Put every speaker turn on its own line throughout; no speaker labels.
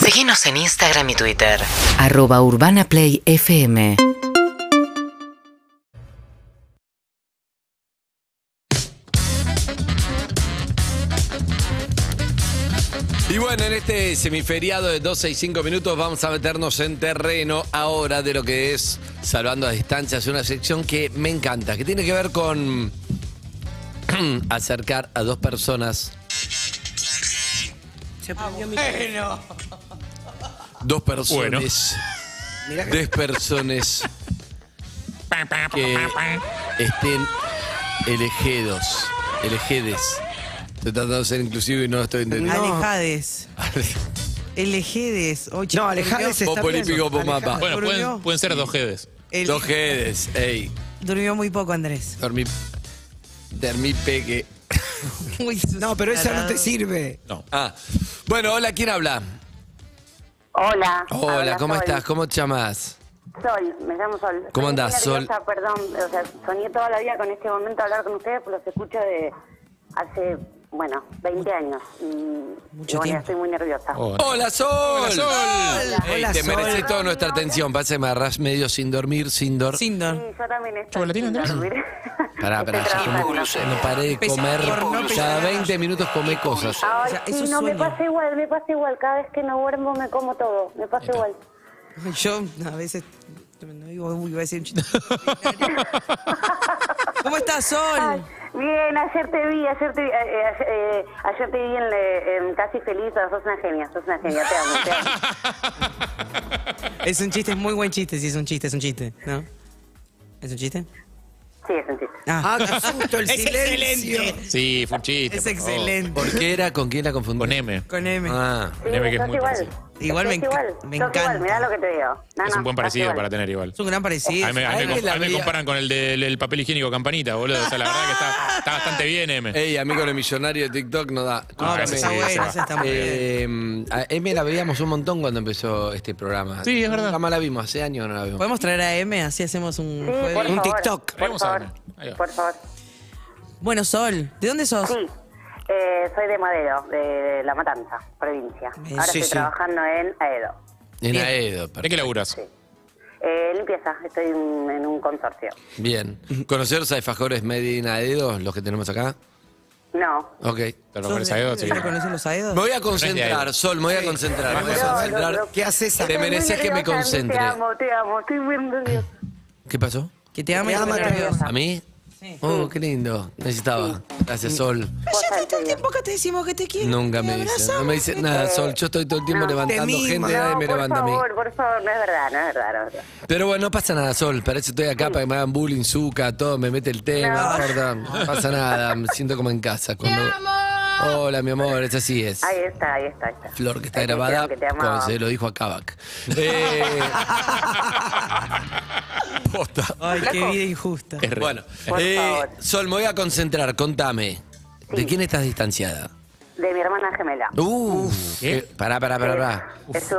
Seguinos en Instagram y Twitter.
Arroba Urbana Play FM.
Y bueno, en este semiferiado de 12 y 5 minutos vamos a meternos en terreno ahora de lo que es Salvando a Distancias, una sección que me encanta, que tiene que ver con acercar a dos personas,
Bueno.
dos personas, dos personas que estén elegidos, elegides. Estoy tratando de ser inclusivo y no lo estoy entendiendo.
Alejades. Elejedes. Oh, chico,
No, Alejades
durmió-
está
Popoli
pleno.
pico pomapa.
Alejades.
Bueno,
¿Durmió?
pueden, pueden ser dos jedes.
El-
Dos G's, ey.
Durmió muy poco, Andrés.
Dormí, dormí peque.
No, pero esa no te sirve.
No.
Ah, bueno, hola, ¿quién habla?
Hola.
Hola,
Habla
¿cómo
Sol.
estás? ¿Cómo te llamas?
Sol, me llamo Sol.
¿Cómo
Soy
andás,
muy nerviosa, Perdón, o sea, soñé toda la vida con este momento hablar con ustedes, pero los escucho de hace, bueno, 20 años. Y,
Mucho
y bueno,
tiempo.
estoy muy nerviosa.
Oh. ¡Hola, Sol! Ey,
Hola,
te
Sol.
mereces toda nuestra atención. Pase, me agarrás medio sin dormir, sin dormir.
Sindor.
Sí, yo también estoy.
¿Chocolatina, Andrés?
Pará, pará, yo como- no paré de
Pesa-
comer.
por no
Cada
pesar.
20 minutos comé cosas.
Ay,
O sea,
sí,
eso
no, me
sueño.
pasa igual, me pasa igual. Cada vez que no duermo me como todo, me pasa igual.
Yo a veces. No digo, uy, voy a decir un chiste. ¿Cómo estás, Sol?
Bien, ayer te vi, ayer te vi, eh, eh, ayer, eh, ayer te vi en, eh, en Casi Feliz, sos una genia, sos una genia, te amo, te amo.
Es un chiste, es muy buen chiste. Si es un chiste, es un chiste. ¿No? ¿Es un chiste?
Sí, es un chiste.
Ah, qué susto, el
es
silencio.
excelente.
Sí, fue un chiste.
Es
por favor.
excelente.
¿Por qué era? ¿Con quién la confundí?
Con M.
Con M.
Ah,
Sí,
Neve, que es
sos
muy parecido.
Igual me enca-
Sos igual,
me
sos
encanta.
Igual, mirá lo que te digo. No,
Es
no,
un buen
sos
parecido
igual.
para tener igual.
Es un gran parecido.
A mí, me- a mí me
Ay,
com-
la
a mí me
vida.
comparan con el del el papel higiénico campanita, boludo. O sea, la verdad que está, está bastante bien, M.
Ey, amigo de millonario de TikTok no da.
No, pero está
Sí,
bueno,
sí,
esa está muy bien.
Eh, a M la veíamos un montón cuando empezó este programa.
Sí, es verdad.
Nunca más la vimos, hace años que no la vimos.
¿Podemos traer a M? Así hacemos un
Sí,
juego.
por
Un
favor,
TikTok.
Por
Vamos a
favor,
ver. Ahí va.
por favor.
Bueno, Sol, ¿de dónde sos?
Sí, eh, soy de Madero, de La Matanza, provincia.
Bien,
Ahora
sí,
estoy
sí.
trabajando en Aedo.
En Aedo,
¿De
perfecto.
qué laburas?
Eh, limpieza, estoy en, en un consorcio.
Bien. ¿Conoceros a Alfajores Medina Aedo, los que tenemos acá?
No,
Ok.
¿Te lo
¿Sos de-
ofreces a Edo? Sí.
¿Te conocen los Aedos?
Me voy a
No es de
concentrar,
Aedo.
Sol, me voy a concentrar. me voy a
no,
concentrar.
no, no.
¿Qué haces
Te
Estoy muy
mereces que me
nerviosa,
concentre.
Te amo, te amo, estoy muy nerviosa.
¿Qué pasó?
Que te ama y
Te
te
ama,
ama
te
Dios.
¿A mí? Oh, qué lindo. Necesitaba. Gracias, Sol.
Vos
Ya
sabés
todo el
que-
tiempo que te decimos que te quiero.
Nunca
te
me dicen. No
abrazamos,
me dicen
que-
nada, Sol. Yo estoy todo el tiempo
No, te
levantando
mima.
gente, nadie
No,
me
por
levanta a mí.
favor, por favor, no es verdad, no es verdad. No es verdad.
Pero bueno, no pasa nada, Sol. Para eso estoy acá, para que me hagan bullying, suca, todo, me mete el tema, no, importa, no pasa nada. Me siento como en casa. Cuando... Hola, mi amor, es así es.
Ahí está, ahí está, ahí está.
Flor que está
Ahí te
grabada,
quiero, que te amo.
cuando se lo dijo a Kavak. Eh, posta.
Ay, qué vida injusta.
Es re-
Bueno,
Por
eh,
favor.
Sol, me voy a concentrar, contame. ¿De quién estás distanciada?
De mi hermana gemela.
Uf,
¿Qué?
eh, pará, pará, pará, pará.
Es uf.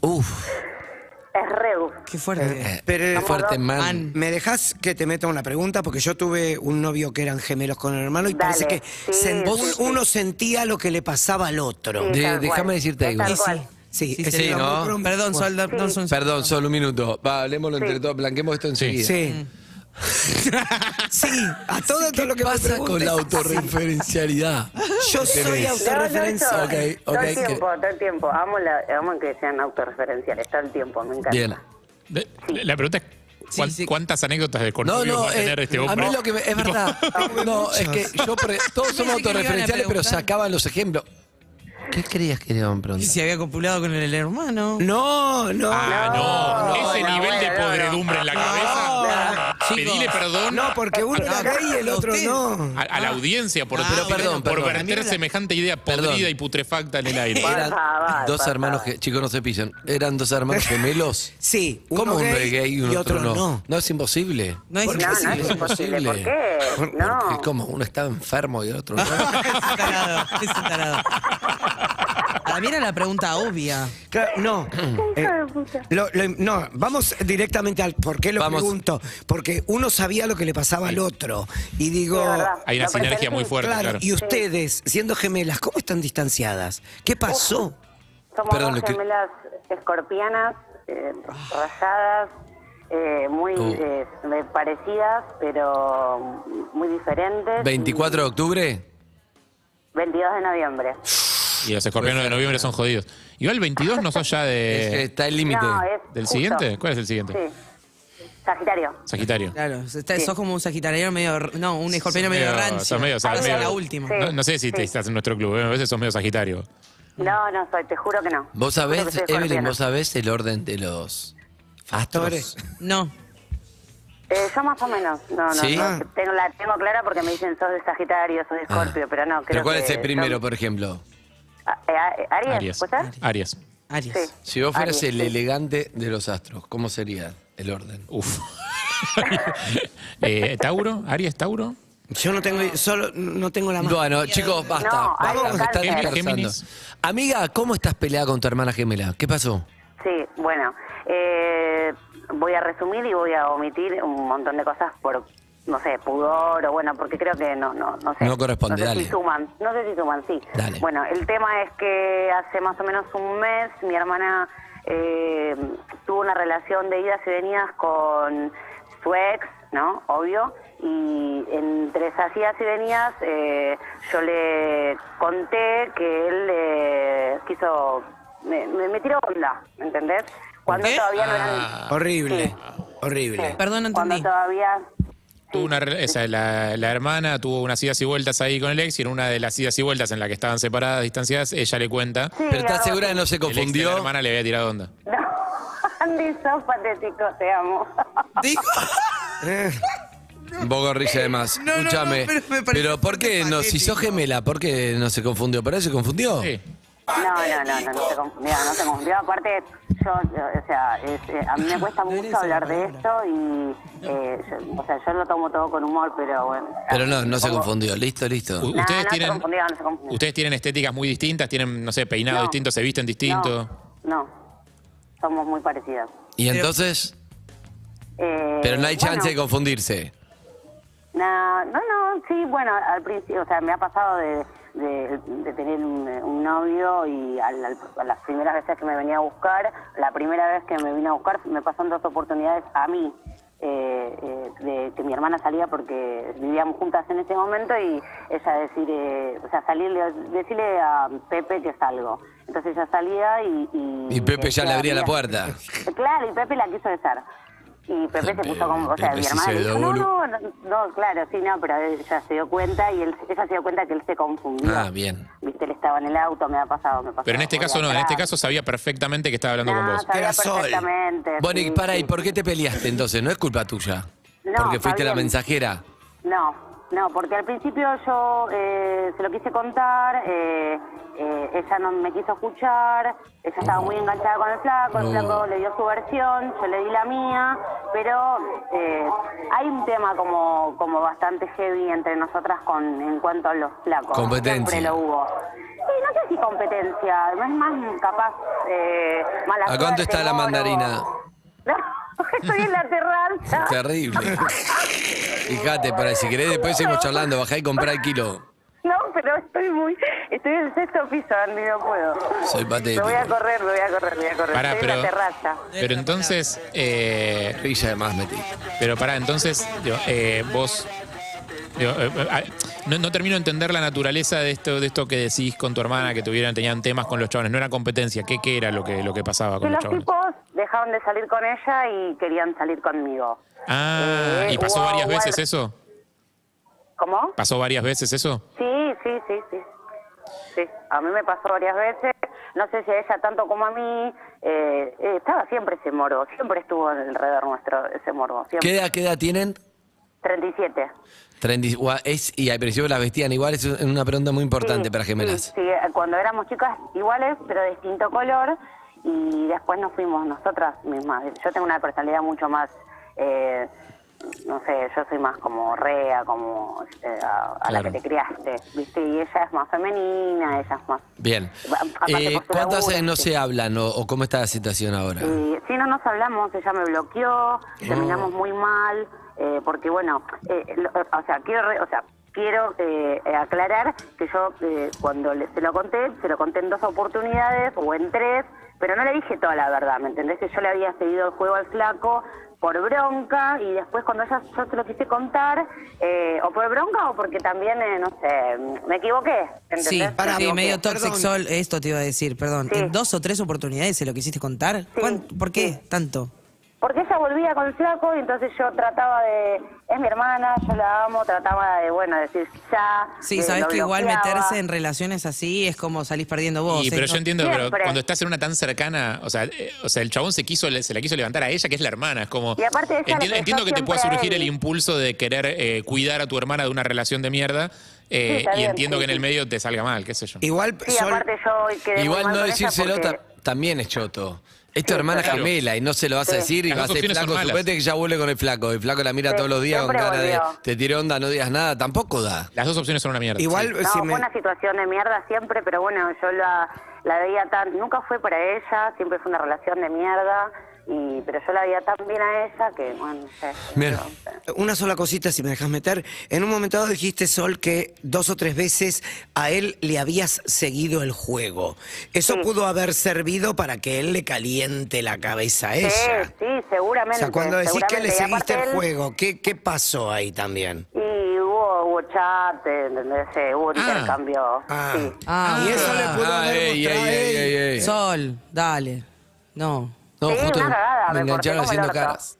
Uf,
Es re uf.
Qué
Eh,
fuerte.
Pero
qué fuerte man.
Man.
Mm.
¿Me dejas que te meta una pregunta? Porque yo tuve un novio que eran gemelos con el hermano y
Dale,
parece que
sí,
sen-
sí,
un-
sí.
uno sentía lo que le pasaba al otro.
Sí,
De-
tal
déjame
cual.
decirte
Es
algo.
Y
tal
sí.
cual.
Sí,
Sí,
ese
sí,
era
¿no?
muy promiscuo.
Perdón, Sol, da- no son-
Perdón, Sol, un minuto. Va, hablemoslo entre todos, blanquemos esto enseguida.
Sí. Sí, a todo, todo lo
¿Qué
que
pasa con la
preguntes.
autorreferencialidad?
Yo soy autorreferencia.
No, no,
Ok,
todo
ok,
el
que-
tiempo, todo el tiempo. Amo, la, amo que sean autorreferenciales, todo el tiempo, me encanta.
Bien.
de- de- la pregunta es: ¿cuán-
Sí, sí.
¿cuántas anécdotas de
No,
connovios
no,
va a
eh,
tener este
a
hombre?
mí lo que me- es verdad. No, es que yo pre- todos somos
Pensé que me iban a
autorreferenciales, pero
preguntar.
sacaban los ejemplos. ¿Qué creías que le iban a
Que
preguntar?
se había copulado con el hermano.
No, no.
Ah, no,
No,
ese
no,
nivel de
bueno, no,
podredumbre en la
Ah,
cabeza.
no, chicos.
Ah, Pedile perdón
No, porque uno era gay y el otro
Usted-
no.
a, a la audiencia por,
pero
por-
Ah. perdón,
por
perdón.
verter semejante idea
Perdón.
podrida y putrefacta en el aire.
Eran
favor,
dos
por
hermanos,
favor.
que, chicos, no se pillan. Eran dos hermanos gemelos.
Sí, uno
¿Cómo uno
gay
es gay y uno otro no? No, es imposible.
No es
¿Por qué
No, no
sí?
es
Es
imposible. ¿Por
imposible.
qué?
Por-
No.
Porque como uno estaba enfermo y el otro no.
Es un tarado, es un tarado. Para mí era la pregunta obvia.
Claro, no. Eh, lo- lo- no, vamos directamente al por qué lo
Vamos.
pregunto. Porque uno sabía lo que le pasaba al otro. Y digo,
Sí, es verdad.
Hay una
No, pero
sinergia
parece
muy
que-
fuerte,
claro,
claro.
y ustedes, siendo gemelas, ¿cómo están distanciadas? ¿Qué pasó?
Somos
Perdón,
dos
lo que-
gemelas escorpianas, eh, rayadas, eh, muy
Uh.
eh, parecidas, pero muy diferentes.
24 de octubre.
Y 22 de noviembre.
Y los escorpiones de noviembre son jodidos. Igual el 22 no son ya
Es-
de,
está el límite.
No, es
del
justo.
siguiente. ¿Cuál es el siguiente?
Sí. Sagitario.
Sagitario.
Claro, está- sos como un sagitariano medio. No, un escorpión medio, rancio.
sos medio- sos
Sos
medio-
la última.
Sí.
No, no sé si te estás en nuestro club, ¿eh? a veces sos medio sagitario.
No, no soy, te juro que no.
Vos
Juro que
sabés,
soy
Evelyn,
escorpiana.
vos sabés el orden de los astros.
No.
Eh, yo más o menos, no, no,
¿Sí? Ah.
no. Tengo, la tengo clara porque me dicen sos de Sagitario, sos de Escorpio, pero no, creo
¿Pero cuál
que
es el primero,
son-
por ejemplo?
Ah, eh, ah, eh, Aries,
Aries.
¿puede ser?
Aries.
Aries.
Sí.
Si vos fueras
Aries,
el
sí.
elegante de los astros, ¿cómo sería el orden?
Uf. Eh, Tauro, Aries, Tauro.
Yo no tengo, solo no tengo la mano.
Bueno, chicos, basta.
No,
basta,
algo
nos están
cáncer.
dispersando.
Géminis.
Amiga, ¿cómo estás peleada con tu hermana gemela? ¿Qué pasó?
Sí, bueno, eh, voy a resumir y voy a omitir un montón de cosas por, no sé, pudor o bueno, porque creo que no, no, no sé.
No corresponde,
no sé
dale.
Si suman, no sé si suman, sí.
Dale.
Bueno, el tema es que hace más o menos un mes mi hermana eh, tuvo una relación de idas y venidas con su ex, ¿no? Obvio. Y entre esas idas y venidas eh, yo le conté que él eh, quiso... Me, me, me tiró onda, ¿entendés? Cuando
¿Qué?
todavía no eran...
Ah, Horrible,
Sí.
horrible.
Sí.
Perdón, no
Cuando
entendí.
todavía...
Tuvo una, re- esa, la, la hermana tuvo unas idas y vueltas ahí con el ex y en una de las idas y vueltas en la que estaban separadas, distanciadas, ella le cuenta.
Sí,
¿Pero estás
algo
segura que
así.
no se
El ex de la
confundió?
hermana le había tirado onda.
No, Andy, sos patético, te amo.
Dijo.
Un poco risa además.
No, no, no,
Escúchame.
pero me
pero,
parece
¿por qué no? Si sos
patético.
gemela, ¿por qué no se confundió? ¿Por ahí se confundió?
Sí.
No, no, no, no, no te confundió, no te confundió. Aparte, yo, eh, o sea, es, eh, a mí me cuesta
era
mucho
esa la
hablar de esto y, eh, yo- o sea, yo lo tomo todo con humor, pero bueno.
Pero no, no se
como-
confundió. Listo, listo.
U-
No,
ustedes,
no se
tienen,
confundió, no se confundió.
ustedes tienen estéticas muy distintas, tienen, no sé, peinado
No.
distinto, se visten distinto.
No, no, somos muy parecidas.
y entonces,
Eh,
pero no hay chance de
bueno,
confundirse.
No, no, no, sí, bueno, al principio, o sea, me ha pasado de, de- de tener un, un novio y al- al- a las primeras veces que me venía a buscar, la primera vez que me vino a buscar, me pasan dos oportunidades a mí, eh, eh, de que mi hermana salía porque vivíamos juntas en ese momento y ella decir, eh, o sea, salirle, decirle a Pepe que salgo. Entonces ella salía y... Y,
Y Pepe ya le abría la
mira,
puerta.
Claro, y Pepe la quiso besar. Y Pepe se puso como, o sea,
Pepe
mi
sí
hermana
se
le dijo,
dio
no,
bolu-
no, no, no, claro, sí, no, pero ella se dio cuenta y él, ella se dio cuenta que él se confundió.
Ah, bien.
Viste, él estaba en el auto, me ha pasado, me ha pasado.
Pero en este caso no, en este caso sabía perfectamente que estaba hablando con vos.
Era
Era
Sol.
perfectamente.
Bueno, y
sí,
para, ¿y
sí.
por qué te peleaste entonces? No es culpa tuya.
No,
Porque fuiste
está
la
bien.
mensajera.
No, no, porque al principio yo eh, se lo quise contar, eh, eh, ella no me quiso escuchar, ella estaba muy enganchada con el flaco, el
No.
flaco le dio su versión, yo le di la mía, pero eh, hay un tema como, como bastante heavy entre nosotras con en cuanto a los flacos.
Competencia.
Siempre lo hubo. Sí, no sé si competencia, no es más capaz eh, mala
¿A cuánto
suerte,
está la
morbo.
mandarina?
No, estoy en la terraza.
Terrible. Fíjate, para si querés, después seguimos charlando. Bajá y comprá el kilo.
No, pero estoy muy. Estoy en el sexto piso, Andy, no puedo.
Soy patético.
Me voy a correr, me voy a correr, me voy a correr.
Pará,
estoy en
pero,
la terraza.
pero entonces, eh,
Risa además metiste.
Pero pará, entonces, digo, eh, vos. digo, eh, eh, ah, no, no termino de entender la naturaleza de esto, de esto que decís con tu hermana, que tuvieran, tenían temas con los chabones. No era competencia. ¿Qué, qué era lo que, lo que pasaba
Que
con los
los
chabones?
chicos dejaron de salir con ella y querían salir conmigo.
Ah,
Eh,
¿y pasó
hubo-
varias
hubo
veces
al-
eso?
¿Cómo?
¿Pasó varias veces eso?
Sí, sí, sí, sí. Sí, a mí me pasó varias veces. No sé si a ella tanto como a mí. eh, eh, estaba siempre ese morbo, siempre estuvo alrededor nuestro ese morbo. Siempre.
¿Qué edad, qué edad tienen?
37.
30 y- guau, es, y al principio las vestían igual, es una pregunta muy importante para gemelas.
Sí, sí, eh, cuando éramos chicas iguales, pero de distinto color, y después nos fuimos nosotras mismas. Yo tengo una personalidad mucho más, eh, no sé, yo soy más como rea, como este, a, a la
Claro.
que te criaste, ¿viste? Y ella es más femenina, ella es más...
Bien.
Va- aparte
Eh,
por su
¿Cuánto
laburo,
hace que no
sí.
se hablan o, o cómo está la situación ahora?
Eh, sí, no nos hablamos, ella me
Ah.
bloqueó, terminamos muy mal, eh, porque bueno, eh, lo- o eh, sea, quiero, re- o sea, quiero eh, eh, aclarar que yo eh, cuando le- se lo conté, se lo conté en dos oportunidades o en tres, pero no le dije toda la verdad, ¿me entendés? Que yo le había seguido el juego al flaco por bronca y después cuando ella, yo se lo quise contar, eh, o por bronca o porque también, eh, no sé, me equivoqué, ¿entendés?
Sí,
Me
Pará,
sí,
vos,
medio
perdón.
toxic sol, esto te iba a decir, perdón.
Sí.
¿En dos o tres oportunidades se lo quisiste contar? ¿Cuán- ¿Por qué tanto?
Porque ella volvía con el flaco y entonces yo trataba de, es mi hermana, yo la amo, trataba de, bueno, decir ya.
Sí,
de-
sabes
lo
que igual
bloqueaba.
meterse en relaciones así es como salís perdiendo vos.
Y,
¿eh?
pero yo
No-
entiendo, pero
Siempre.
cuando estás en una tan cercana, o sea, eh, o sea, el chabón se quiso, se la quiso levantar a ella, que es la hermana, es como.
Y aparte ella le
entiendo,
prestó
entiendo que te pueda
siempre a
surgir
él.
el impulso de querer eh, cuidar a tu hermana de una relación de mierda,
Sí,
eh,
está
y
bien, sí,
entiendo que en el
sí.
medio te salga mal, qué sé yo.
Igual,
Sí,
Sol,
aparte yo hoy quedé muy
Igual
mal
no
con ella
decírselo
porque-
ta- también es choto. Es tu
Sí,
hermana
claro.
gemela y no se lo vas a
Sí.
decir y
Las
va a
dos
ser
opciones son
flaco.
malas.
Supete que ya vuelve con el flaco. El flaco la mira
Sí,
todos los días con
siempre
cara de
volvió.
te tiré onda, no digas nada. Tampoco da.
Las dos opciones son una mierda.
igual
No,
si
fue
me-
una situación de mierda siempre, pero bueno, yo la, la veía tan... Nunca fue para ella, siempre fue una relación de mierda, y pero yo la veía tan bien a ella que, bueno, no sé.
Bien.
yo-
una sola cosita, si me dejas meter. En un momento dado dijiste, Sol, que dos o tres veces a él le habías seguido el juego. Eso
Sí.
pudo haber servido para que él le caliente la cabeza a
Sí,
ella.
sí, seguramente.
O sea, cuando decís que le
seguramente, y
seguiste
aparte
el
él-
juego, ¿qué, qué pasó ahí también?
Y hubo, hubo chat, ¿entendés? Eh, Hubo intercambio.
Ah,
Sí.
Ah,
y eso le pudo
Ah,
haber
ey,
mostrado
ey,
a
ey,
él.
ey, ey.
Sol, dale. No.
No,
Sí,
justo
una cagada,
me
me porté
engancharon
como el
haciendo
orto.
caras.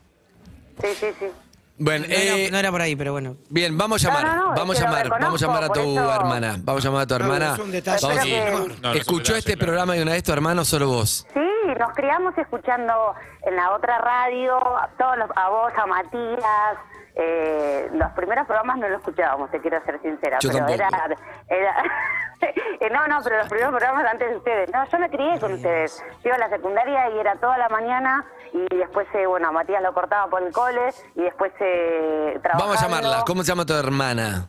Sí, sí, sí.
Bueno,
No,
eh,
era, no era por ahí, pero bueno.
bien, vamos a
No,
llamar.
no, no,
vamos a
es que lo
llamar. Vamos a llamar a tu
reconozco, por eso-
hermana. Vamos a llamar a tu
No,
hermana.
es un detalle
Vamos-
Sí. No, no es
un detalle,
¿Escuchó este
claro.
programa de una vez tu hermano o solo vos?
Sí, nos criamos escuchando en la otra radio, a todos los- a vos, a Matías. eh, los primeros programas no los escuchábamos, te quiero ser sincera.
Yo
pero
tampoco.
era, era- Eh, no, no, pero los primeros programas antes de ustedes. No, yo me crié con ustedes. Yo iba a la secundaria y era toda la mañana y después, eh, bueno, a Matías lo cortaba por el cole y después eh, trabajando.
Vamos a llamarla. ¿Cómo se llama tu hermana?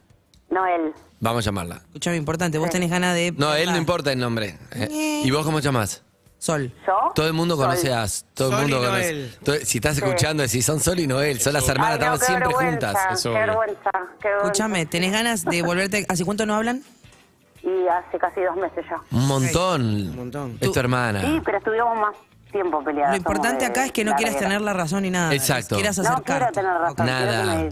Noel.
Vamos a llamarla.
Escuchame, importante, vos tenés ganas de...
No, él no importa el nombre. Eh, ¿Y vos cómo llamás?
Sol.
¿Yo?
Todo el mundo
Sol.
conoce a... Todo
Sol
el
y
mundo conoce-
Noel.
todo- si estás escuchando, decís, son Sol y Noel, son las hermanas,
Ay, no,
estaban
qué
siempre
vergüenza,
juntas.
eso
Qué
obvio.
vergüenza, qué vergüenza.
Escuchame, ¿tenés ganas de volverte... ¿Hace cuánto no hablan?
Y hace casi dos meses ya.
Un montón.
Un montón.
Es tu hermana.
Sí, pero estuvimos más tiempo peleados.
Lo importante acá es que no quieras tener la razón ni nada.
Exacto.
Quieras
No
acercarte.
quiero tener razón. quiero que
Nada.
me-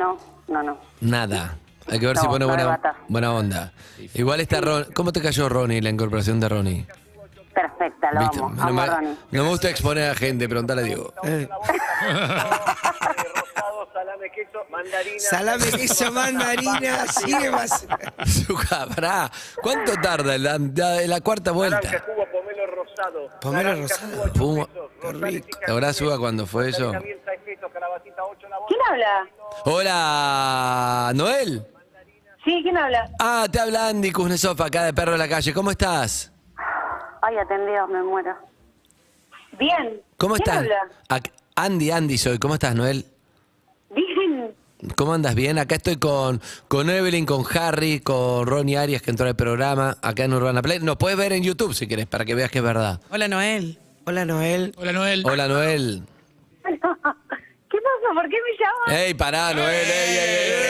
No, no, no.
Nada. Hay que ver
No,
si pone
no
buena,
arrebata.
buena onda. Igual está Ron- ¿Cómo te cayó Ronnie, la incorporación de Ronnie?
Perfecta, lo
Viste,
amo.
No,
Amo
me,
a Ronnie.
no me gusta exponer a gente, preguntale a Diego.
Eh.
rosado, salame, queso, mandarina.
Salame queso mandarina, sigue más.
Zucca, pará. ¿Cuánto tarda la, la- la cuarta
Naranja,
vuelta?
jugo, pomelo rosado.
Pomelo
Naranja,
rosado.
jugo, ocho pesos.
Pum,
qué
Rosales,
rico.
chicas,
¿La verdad,
diez.
Suga, cuando fue eso?
Naranja bien, seis pesos, calabacita, ocho la bolsa.
¿Quién habla?
Hola, Noel.
Sí, ¿quién habla?
Ah, te habla Andy Kuznetsov acá de Perro de la Calle. ¿Cómo estás?
Ay, atendidos, me muero. Bien.
¿Cómo estás? Ac- Andy, Andy soy. ¿Cómo estás, Noel?
Bien.
¿Cómo andas? Bien, acá estoy con, con Evelyn, con Harry, con Ronnie Arias que entró al programa acá en Urbana Play. Nos puedes ver en YouTube si querés, para que veas que es verdad.
Hola, Noel.
Hola, Noel.
Hola, Noel.
Hola Noel.
¿Qué pasó? ¿Por qué me llaman?
¡Ey, pará, Noel! ¡Ey, ey, ey, ey,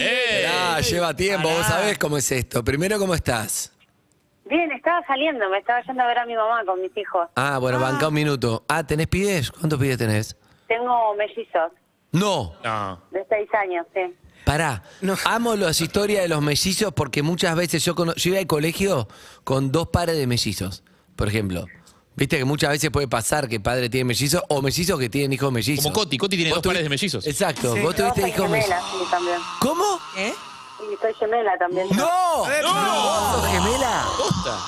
ey!
¡Ey!
Pará, lleva tiempo, vos sabés cómo es esto. Primero, ¿cómo estás?
Bien, estaba saliendo, me estaba yendo a ver a mi mamá con mis hijos.
Ah, bueno, banca un minuto. Ah, ¿tenés pides? ¿Cuántos pides tenés?
Tengo mellizos
No,
No.
de seis años, sí.
pará.
No.
Amo las historias de los mellizos porque muchas veces yo, cono- yo iba al colegio con dos pares de mellizos, por ejemplo. Viste que muchas veces puede pasar que padre tiene mellizos o mellizos que tienen hijos mellizos.
Como Coti, Coti tiene
Vos
dos pares
tuvi-
de mellizos. Eh,
Exacto, vos
Yo
tuviste
soy
hijos
gemela,
mellizos.
sí, también.
¿Cómo?
¿Eh?
Y soy gemela también.
¡No!
¡No!
¿Vos sos gemela?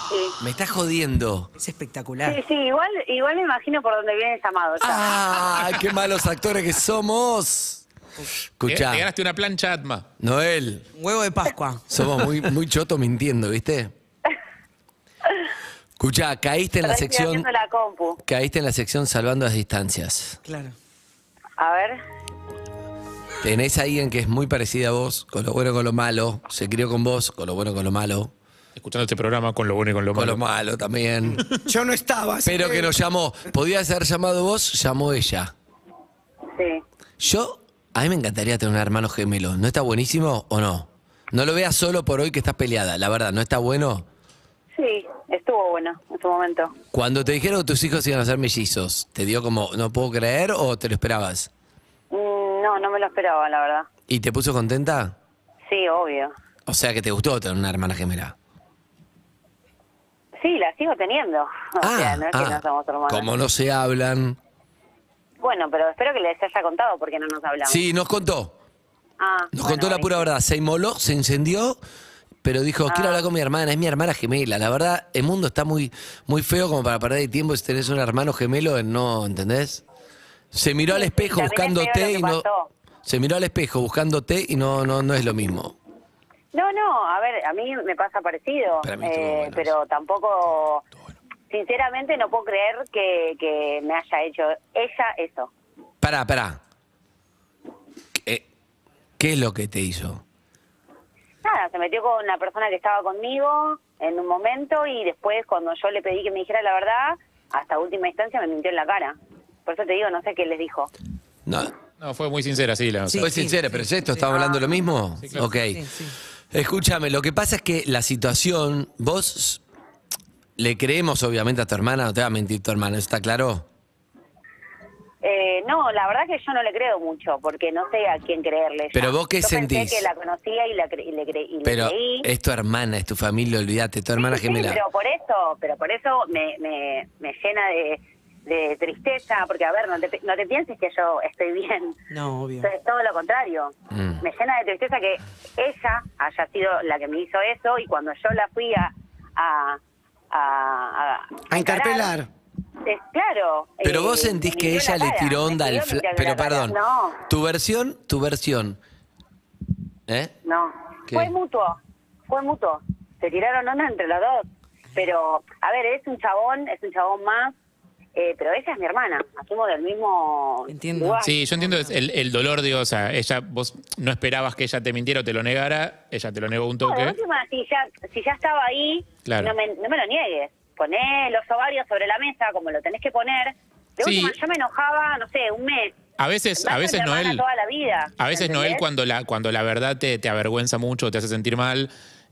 Sí.
Me estás jodiendo.
Es espectacular.
Sí, sí, igual, igual me imagino por dónde viene el llamado. ya.
¡Ah! ¡Qué malos actores que somos!
Te, te
Escuchá,
ganaste una plancha Atma.
Noel,
Un Huevo de Pascua.
somos muy, muy chotos mintiendo, ¿viste? Escuchá, caíste en
Pero
la
estoy
sección.
haciendo la compu.
Caíste en la sección salvando las distancias.
Claro.
A ver.
Tenés a alguien que es muy parecida a vos, con lo bueno con lo malo. Se crió con vos, con lo bueno con lo malo.
Escuchando este programa con lo bueno y con lo
Con
malo.
lo malo también.
Yo no estaba. así
Pero que nos llamó. Podías haber llamado vos, llamó ella.
Sí.
Yo A mí me encantaría tener un hermano gemelo. ¿No está buenísimo o no? No lo veas solo por hoy que estás peleada. La verdad, ¿no está bueno?
Sí, estuvo bueno en su momento.
Cuando te dijeron que tus hijos iban a ser mellizos, ¿te dio como, no puedo creer o te lo esperabas?
Mm, No, no me lo esperaba, la verdad.
¿Y te puso contenta?
Sí, obvio.
O sea que te gustó tener una hermana gemela.
Sí, la sigo teniendo. O sea, no es que
ah,
no somos hermanos.
como no se hablan.
Bueno, pero espero que les haya contado porque no nos hablamos.
Sí, nos contó.
Ah,
Nos
bueno,
contó la
ahí.
pura verdad. Se inmoló, se incendió, pero dijo,
Ah.
quiero hablar con mi hermana, es mi hermana gemela. La verdad, el mundo está muy, muy feo como para perder el tiempo si tenés un hermano gemelo en no, ¿entendés? Se miró al espejo
también es
buscándote
feo lo
y
que
no.
pasó.
Se miró al espejo buscándote y no, no, no es lo mismo.
No, no, a ver, a mí me pasa parecido,
Para mí
eh,
estuvo bueno
pero tampoco, sinceramente no puedo creer que, que me haya hecho ella eso.
Pará, pará. ¿Qué, qué es lo que te hizo?
Nada, se metió con la persona que estaba conmigo en un momento y después cuando yo le pedí que me dijera la verdad, hasta última instancia me mintió en la cara. Por eso te digo, no sé qué les dijo.
No,
No, fue muy sincera, sí. La,
Sí. Ah,
soy sincera, pero es esto, ¿estamos hablando lo mismo?
claro.
Ok.
Sí, sí.
Escúchame, lo que pasa es que la situación, vos le creemos obviamente a tu hermana, no te va a mentir tu hermana, ¿eso está claro?
Eh, no, la verdad que yo no le creo mucho, porque no sé a quién creerle. ya.
Pero vos qué
Yo
sentís?
Pensé que la conocía y, la cre- y le, cre- y le
Pero
creí.
es tu hermana, es tu familia, olvídate, tu hermana
Sí, sí,
gemela.
pero por eso, pero por eso me, me, me llena de, de tristeza, porque a ver, no te, pi- no te pienses que yo estoy bien.
No, obvio.
Entonces, todo lo contrario.
Mm.
Me llena de tristeza que ella haya sido la que me hizo eso y cuando yo la fui a... a a, a-
A interpelar.
encarar, es claro.
Pero
eh,
vos sentís
me
que
tiró
ella
la
le
cara,
tiró
me
onda al
tiró, me
fla-
tiró la
Pero
cara.
perdón,
No,
tu versión, tu versión. ¿Eh?
No,
¿Qué?
fue mutuo, fue mutuo. Se tiraron onda entre los dos. Pero, a ver, es un chabón, es un chabón más, eh, pero ella es mi hermana, somos del mismo
Entiendo.
lugar.
Sí, yo entiendo el, el dolor, digo, o sea, ella, vos no esperabas que ella te mintiera o te lo negara, ella te lo negó un
No, de
toque.
última, si ya, si ya estaba ahí,
Claro.
no, me, no me lo niegues. Poné los ovarios sobre la mesa, como lo tenés que poner. De
Sí.
última, yo me enojaba, no sé, un mes.
A veces,
Vas
a veces
ser hermana
Noel.
toda la vida,
A veces
¿entendés?
Noel, cuando la, cuando la verdad te, te avergüenza mucho, te hace sentir mal,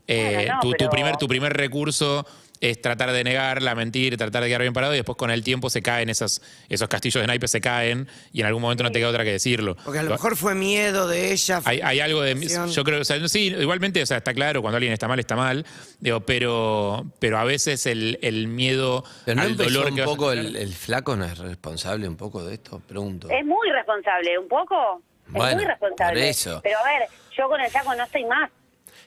eh,
Bueno, no,
tu, tu
pero-
primer, tu primer recurso es tratar de negarla, mentir, tratar de quedar bien parado y después con el tiempo se caen esos, esos castillos de naipes, se caen y en algún momento no te queda otra que decirlo.
Porque a lo mejor fue miedo de ella.
Hay, hay algo de.
Pasión.
Yo creo. O sea, no, sí, igualmente, o sea, está claro, cuando alguien está mal, está mal. Digo, pero, pero a veces el, el miedo
Pero no
al
empezó
dolor
un
que vas a
poco
tener-
el, el flaco no es responsable un poco de esto, pregunto.
Es muy responsable, un poco. Es
Bueno,
muy responsable.
por eso.
Pero a ver, yo con el saco no estoy más.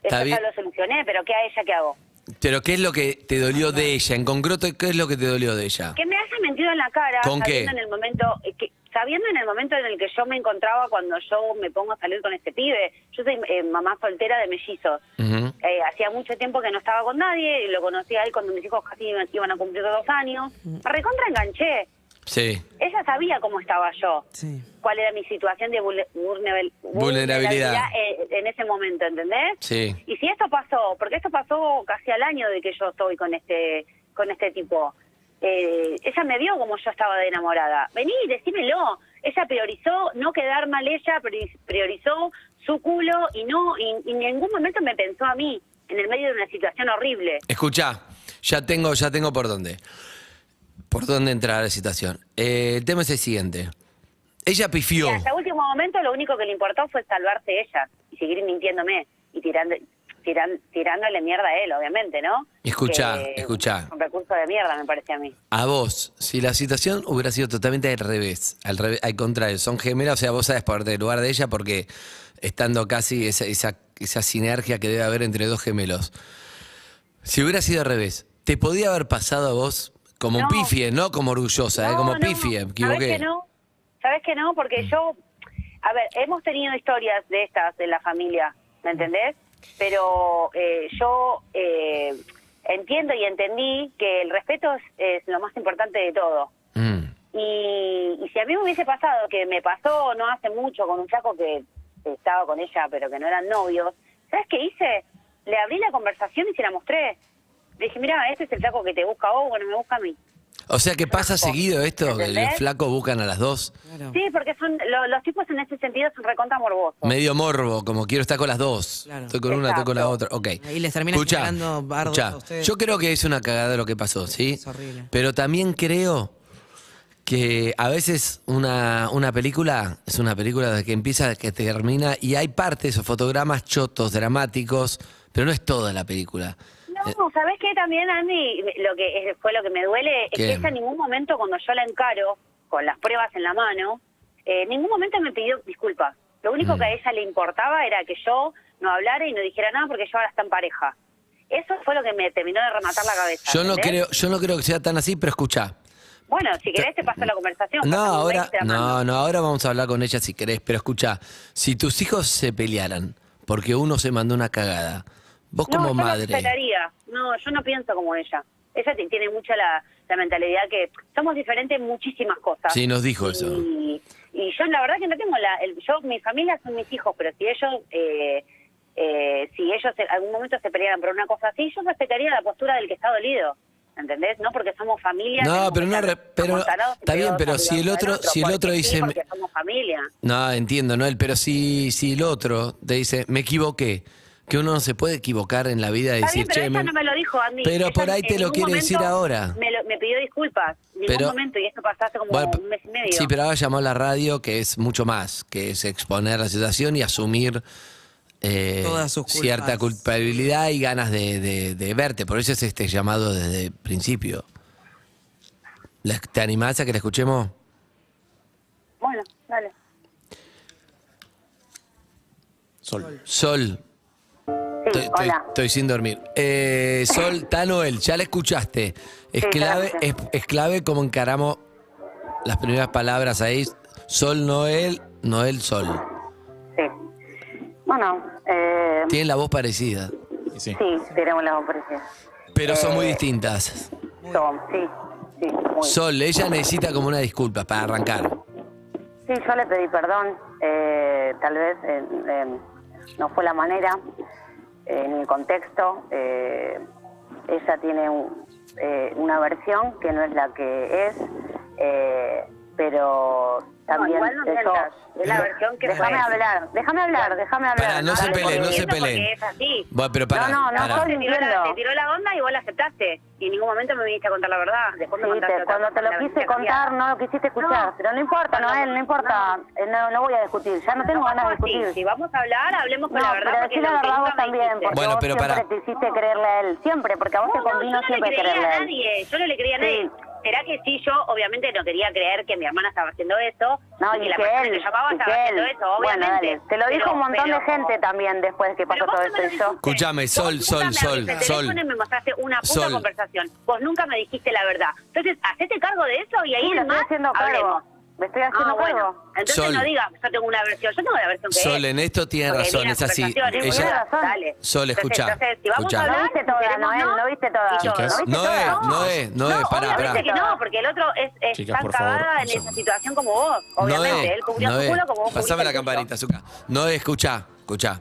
Está
Eso
bien.
ya lo solucioné, pero ¿qué a ella qué hago?
Pero ¿qué es lo que te dolió de ella? En concreto, ¿qué es lo que te dolió de ella?
Que me haya mentido en la cara,
¿Con
sabiendo
qué?
en el momento, eh, que- sabiendo en el momento en el que yo me encontraba cuando yo me pongo a salir con este pibe. Yo soy eh, mamá soltera de mellizos.
Ujú.
Eh, hacía mucho tiempo que no estaba con nadie, lo conocí a él cuando mis hijos casi iban- iban a cumplir dos años. Me recontra enganché.
Sí.
Ella sabía cómo estaba yo.
Sí.
cuál era mi situación de vulne- vulnerabil-
Vulnerabilidad.
eh, en ese momento, ¿entendés?
Sí.
Y si esto pasó, porque esto pasó casi al año de que yo estoy con este con este tipo, eh, ella me vio como yo estaba de enamorada. Vení, decímelo. Ella priorizó no quedar mal ella, priori- priorizó su culo y no y, y en ningún momento me pensó a mí en el medio de una situación horrible.
Escucha, ya tengo, ya tengo por dónde. Por dónde entrar a la situación. Eh, el tema es el siguiente. Ella pifió.
Y hasta último momento lo único que le importó fue salvarse ella y seguir mintiéndome y tirando, tiran- tirándole mierda a él, obviamente, ¿no?
Escuchá,
Que-
escuchá.
Un recurso de mierda, me parece a mí.
A vos, si la situación hubiera sido totalmente al revés, al, revés, al contrario, son gemelas, o sea, vos sabes ponerte en el lugar de ella porque estando casi esa, esa, esa sinergia que debe haber entre dos gemelos. Si hubiera sido al revés, ¿te podía haber pasado a vos como
No.
un pifie, no como orgullosa, eh, como
no,
pifie? Me equivoqué. Mm.
¿Sabes que no? ¿Sabes que no? Porque yo, a ver, hemos tenido historias de estas en la familia, ¿me entendés? Pero eh, yo eh, entiendo y entendí que el respeto es- es lo más importante de todo.
Mm.
Y, y si a mí me hubiese pasado, que me pasó no hace mucho con un chaco que estaba con ella, pero que no eran novios, ¿sabes qué hice? Le abrí la conversación y se la mostré. Le dije, mira, este es el chaco que te busca a vos, bueno, me busca a mí.
O sea que pasa
Flaco.
seguido esto, que los
¿Entendés?
flacos buscan a las dos.
Sí, porque son lo- los tipos en ese sentido son recontra morbosos.
Medio morbo, como quiero estar con las dos.
Oh. Claro.
Estoy con una, estoy con la otra.
Exacto.
Ok.
Ahí les termina
Escuchá,
generando bardos
escuchá.
a ustedes.
Yo creo que es una cagada lo que pasó, ¿sí?
Es horrible.
Pero también creo que a veces una, una película es una película de que empieza, que termina, y hay partes o fotogramas chotos, dramáticos, pero no es toda la película. Eh.
No, ¿sabes qué también, Andy? Lo que es- fue lo que me duele es
¿Qué?
que ella en ningún momento, cuando yo la encaro, con las pruebas en la mano, eh, en ningún momento me pidió disculpas. Lo
Mm.
único que a ella le importaba era que yo no hablara y no dijera nada porque yo ahora está en pareja. Eso fue lo que me terminó de rematar la cabeza.
Yo no,
¿entendés?
creo, yo no creo que sea tan así, pero escucha.
Bueno, si querés te paso la conversación.
No,
pasame un
ahora,
mail, te la mando.
no, no, ahora vamos a hablar con ella si querés, pero escucha, si tus hijos se pelearan porque uno se mandó una cagada, vos
No,
como
yo
madre.
No, esperaría. no, yo no pienso como ella. Ella ti- tiene mucha la, la mentalidad que somos diferentes en muchísimas cosas.
Sí, nos dijo eso.
Y, y yo la verdad que no tengo la... el- yo, mi familia son mis hijos, pero si ellos... eh, eh, si ellos en algún momento se pelearan por una cosa así, yo respetaría la postura del que está dolido. ¿Entendés? No porque somos familia.
No,
tenemos
pero
que
no
estar
re- pero-
amontonados y
está bien,
pegados
pero
arriba
si el
del
otro- si el
porque
otro
sí,
dice- eh,
Porque somos familia.
No, entiendo, Noel, pero si, si el otro te dice, me equivoqué, que uno no se puede equivocar en la vida y
Está
decir,
bien, pero
che,
ella
me-
no me lo dijo a mí.
pero
Ella
por ahí
en
te lo
ningún
quiere decir
momento
ahora.
Me, lo- me pidió disculpas en ningún
Pero-
momento y esto pasó hace como
Bueno,
un mes y medio.
Sí, pero ahora llamó a la radio, que es mucho más, que es exponer la situación y asumir eh,
Todas sus culpas.
cierta culpabilidad y ganas de, de- de verte. Por eso es este llamado desde el principio. La- ¿Te animás a que la escuchemos?
Bueno, dale.
Sol.
Sol,
Sí,
estoy, estoy-
hola.
estoy sin dormir. Eh, Sol, Tanoel, ya la escuchaste. Es
Sí,
clave,
ya la
es,
escuché.
es clave cómo encaramos las primeras palabras ahí. Sol, Noel, Noel, Sol.
Sí. Bueno, eh,
Tienen la voz parecida,
Y Sí.
sí, tenemos la operación.
pero son
Eh,
muy distintas.
Tom, sí, sí, muy.
Sol, ella necesita como una disculpa para arrancar.
Sí, yo le pedí perdón. eh, tal vez eh, eh, no fue la manera, eh, ni el contexto. eh, ella tiene un- eh, una versión que no es la que es, eh, pero también.
igual no
eso-
mientas, es la versión que
Déjame
fue.
hablar, déjame hablar, déjame hablar.
Pará, no se
Dale,
peleen, no
porque-
se peleen.
porque es así.
Bueno, pero pará,
No, no, no,
pará.
Sol,
Te tiró, la,
Entiendo.
te tiró la onda y vos la aceptaste. Y en ningún momento me viniste a contar la verdad. Después me
Sí,
contaste
te-
otra
cuando te
cosa,
lo
la
quise
viniste a
contar
cambiar.
no lo quisiste escuchar,
No.
pero no importa,
Cuando-
Noel, no importa, eh, no, no voy a discutir, ya no tengo
Vamos
ganas de
así,
discutir.
Si vamos a hablar, hablemos con
No,
la verdad.
pero
porque
decí la
lo que
verdad
nunca
vos
me
también,
dijiste.
porque
Bueno,
vos
pero
siempre
pará.
te quisiste creerle a él, siempre, porque a vos
No,
te
no,
convino
yo no
siempre
le creía
creerle
a
a él.
nadie. Yo no le creía a nadie. ¿Será que sí? Yo obviamente no quería creer que mi hermana estaba haciendo eso.
No,
y
y
que la
que
persona
él,
que llamaba
y
estaba
que
haciendo
él.
eso,
Bueno,
obviamente.
dale, te lo dijo
Pero-
un montón de
pero-
gente también después que pasó
Pero vos
todo
no me
esto.
lo
y yo-
dijiste.
Escuchame, Sol,
Vos
Sol,
nunca me
Sol,
abriste el
Sol.
teléfono y me mostraste una puta
Sol.
conversación. Vos nunca me dijiste la verdad. Entonces, hacete cargo de eso y ahí
Sí, lo estoy
más
haciendo cargo.
hablemos.
Me estoy
Ah,
haciendo
bueno.
cargo.
Entonces
Sol.
no digas, yo tengo una versión. Yo tengo la versión que
Sol,
es.
en esto tiene
Porque
razón,
vi las
es así.
conversaciones,
Ella-
tenía razón. Dale.
Sol, escuchá,
Entonces, entonces, si vamos
escuchá.
a hablar,
No viste toda,
queremos
Noel, no viste toda.
y yo,
Chicas,
¿no viste
No
toda?
es, no es, no es, pará,
obviamente
pará.
que no, porque el otro es, es
Chicas,
tan
por favor,
cagada en
un
esa
segundo.
situación como vos. Obviamente, él cubrió
no
su
es.
culo como vos
Pasame
cubriste
la
el tuyo.
campanita, Zucca. No es, escuchá, escuchá.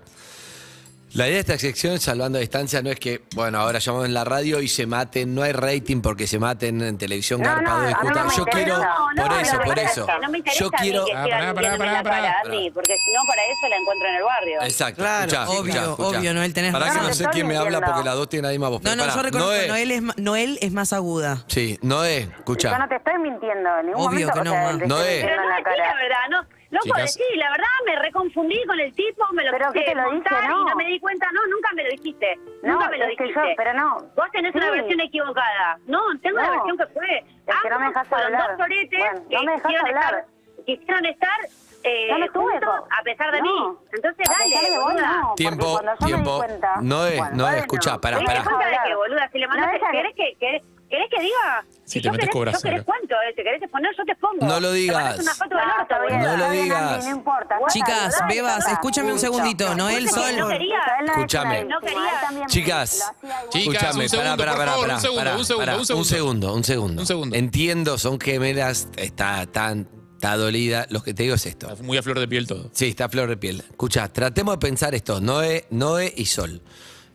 La idea de esta sección, salvando a distancia, no es que, bueno, ahora llamamos en la radio y se maten, no hay rating porque se maten en televisión,
No,
garpado
no,
de
a mí no
escutar.
me
Yo quiero,
interesa.
No, no,
por
no,
eso,
no,
por
no,
eso.
no me interesa
Yo
a mí
quiero,
que
Ah,
sigan
pará, pará,
mintiéndome en la
pará,
cara,
pará.
Andy, porque si no, para eso la encuentro en el barrio.
Exacto,
Claro,
escuchá,
obvio,
escuchá, escuchá.
obvio, Noel, tenés
Pará que
razón.
no sé
Estoy
quién me habla
mintiendo.
porque las dos tienen la misma voz.
No,
pero
no,
pará,
yo reconozco
no
que
es.
Noel es, ma- Noel es más aguda.
Sí, no es, escuchá.
Yo no te estoy mintiendo en ningún
Obvio
momento.
que
o
no,
sea,
ma.
él te
No es.
estoy mintiendo
Pero
en
no
la
decí
cara.
la verdad, no. Loco,
Chicas.
decí, la verdad, me reconfundí con el tipo, me lo
¿Pero qué
quise
te lo dije?
montar
No.
y no me di cuenta. No, nunca me lo dijiste.
No,
nunca me lo
es que
dijiste.
yo- pero no.
Vos tenés una
Sí.
versión equivocada. No, tengo
No.
la versión que fue.
Es que no me
Ambos
dejás
fueron
hablar.
dos soretes
Bueno, no
que
me dejás
quisieron
hablar.
estar, quisieron estar eh,
Yo no estuve
juntos
con-
a pesar de
No.
mí. Entonces,
A
dale,
pesar de Ah, vos,
boluda.
no. porque
Tiempo,
cuando yo me di
tiempo.
cuenta-
No es,
Bueno,
no es,
bueno.
escuchá, pará,
Oye,
¿Te das
pará.
cuenta de
Hablar.
que, boluda, si le
No,
mandaste,
esa-
¿querés, que, querés, querés que diga?
Si te
yo
metes,
querés,
cobras
yo querés
acá.
cuento, eh, si querés te pones, yo te pongo.
No lo
Te
digas.
mandaste una foto del
No,
orto,
está bien,
boluda.
No lo
está bien,
digas.
Andy, No importa.
Chicas,
Está bien,
bebas,
está bien.
escúchame un
Listo.
segundito, Noel,
Escúchame,
Sol.
no quería.
Él no es
Escúchame.
una víctima,
No quería.
él también
Chicas,
lo hacía igual.
Chicas,
Escuchame,
un segundo,
pará,
por
pará,
favor,
pará,
un segundo,
pará,
un segundo,
pará,
un segundo.
un segundo.
Un segundo.
Entiendo, son gemelas, está tan está dolida. Lo que te digo es esto.
Está Muy a flor de piel todo.
Sí, está a flor de piel. Escucha, tratemos de pensar esto, Noé, Noé y Sol.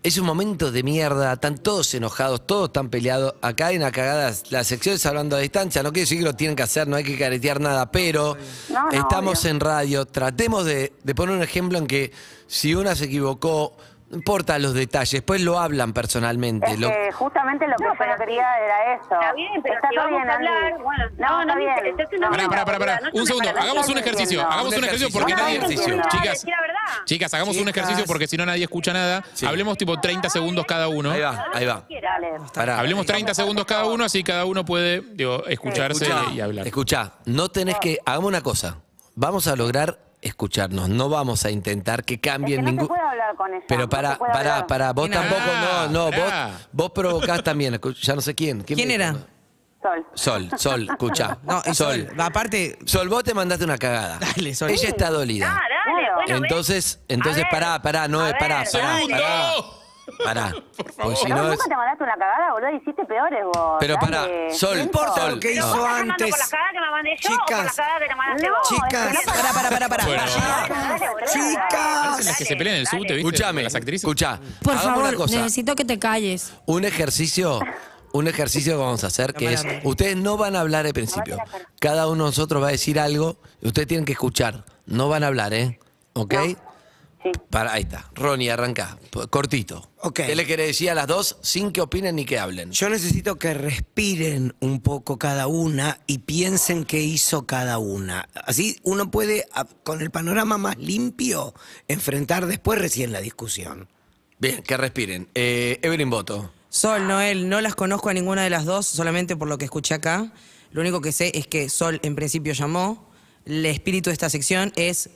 Es un momento de mierda, están todos enojados, todos están peleados. Acá hay una cagada, la sección es hablando a distancia, no quiere decir que lo tienen que hacer, no hay que caretear nada, pero
No, no,
estamos
obvio.
en radio, tratemos de, de poner un ejemplo en que si una se equivocó, no importa los detalles, después lo hablan personalmente.
Es
lo-
que justamente lo que
No,
yo
pero
quería era eso.
Está bien, pero
Está
si
todo
vamos
bien,
a
Andy.
hablar, bueno,
no,
no,
está
no,
bien.
pero esto no-
Pará, pará, pará, pará.
No, no,
Un segundo,
no, no,
hagamos
no,
un
no,
ejercicio,
no, no,
hagamos
no,
un ejercicio porque
no,
nadie.
no, no, no,
Chicas,
decir la verdad.
chicas, hagamos un
Chicas.
ejercicio porque si no nadie escucha nada.
Sí.
Hablemos tipo 30 segundos cada uno.
Ahí va, ahí va.
Dale.
Pará.
Hablemos 30 segundos cada uno, así cada uno puede digo, escucharse
Escuchá,
y hablar.
Escuchá, no tenés que. Hagamos una cosa. Vamos a lograr escucharnos. No vamos a intentar que cambien
Es que no se
ningún.
puede hablar con ella, no
Pero
se
pará,
puede
pará,
hablar.
pará. Vos
¿Quién era?
tampoco, no, no. Vos,
Pará.
vos provocás también. Escu- Ya no sé quién.
¿Quién
me-
era?
Sol.
Sol, Sol, escuchá.
No, es Sol.
Sol.
Aparte,
Sol, vos te mandaste una cagada.
Dale, Sol.
Ella está dolida.
Ah, dale,
Claro.
bueno, ven.
Entonces, entonces
ver,
pará, pará, no
a
es pará,
ver,
pará,
dale.
pará,
¡Segundo!
pará. Porque si
Pero
no
vos
es-
nunca te mandaste una cagada, boludo, hiciste peores vos.
Pero pará,
Dale.
Sol,
No
importa
Sol.
lo que
Pero
hizo
vos estás andando
antes.
por las cagadas que me mandé yo o por las
Chicas.
cagadas que te mandaste
No,
vos.
Chicas.
Es que no
pará, pará, pará, pará.
Bueno.
Dale, boludo,
Chicas.
Las que se pelean en el
Dale,
subte, ¿viste?
Escuchame,
Las actrices.
escuchá.
Por
Hagamos una
favor,
cosa.
necesito que te calles.
un ejercicio, un ejercicio que vamos a hacer que es, ustedes no van a hablar al principio. Cada uno de nosotros va a decir algo, y ustedes tienen que escuchar, no van a hablar, ¿eh? ¿Ok?
Sí.
Para, ahí está. Ronnie, arranca. P- Cortito.
Ok.
¿Qué le quiere decir a las dos sin que opinen ni que hablen?
Yo necesito que respiren un poco cada una y piensen qué hizo cada una. Así uno puede, a- con el panorama más limpio, enfrentar después recién la discusión.
Bien, que respiren. Eh, Evelyn Boto.
Sol, Noel, no las conozco a ninguna de las dos, solamente por lo que escuché acá. Lo único que sé es que Sol en principio llamó. El espíritu de esta sección es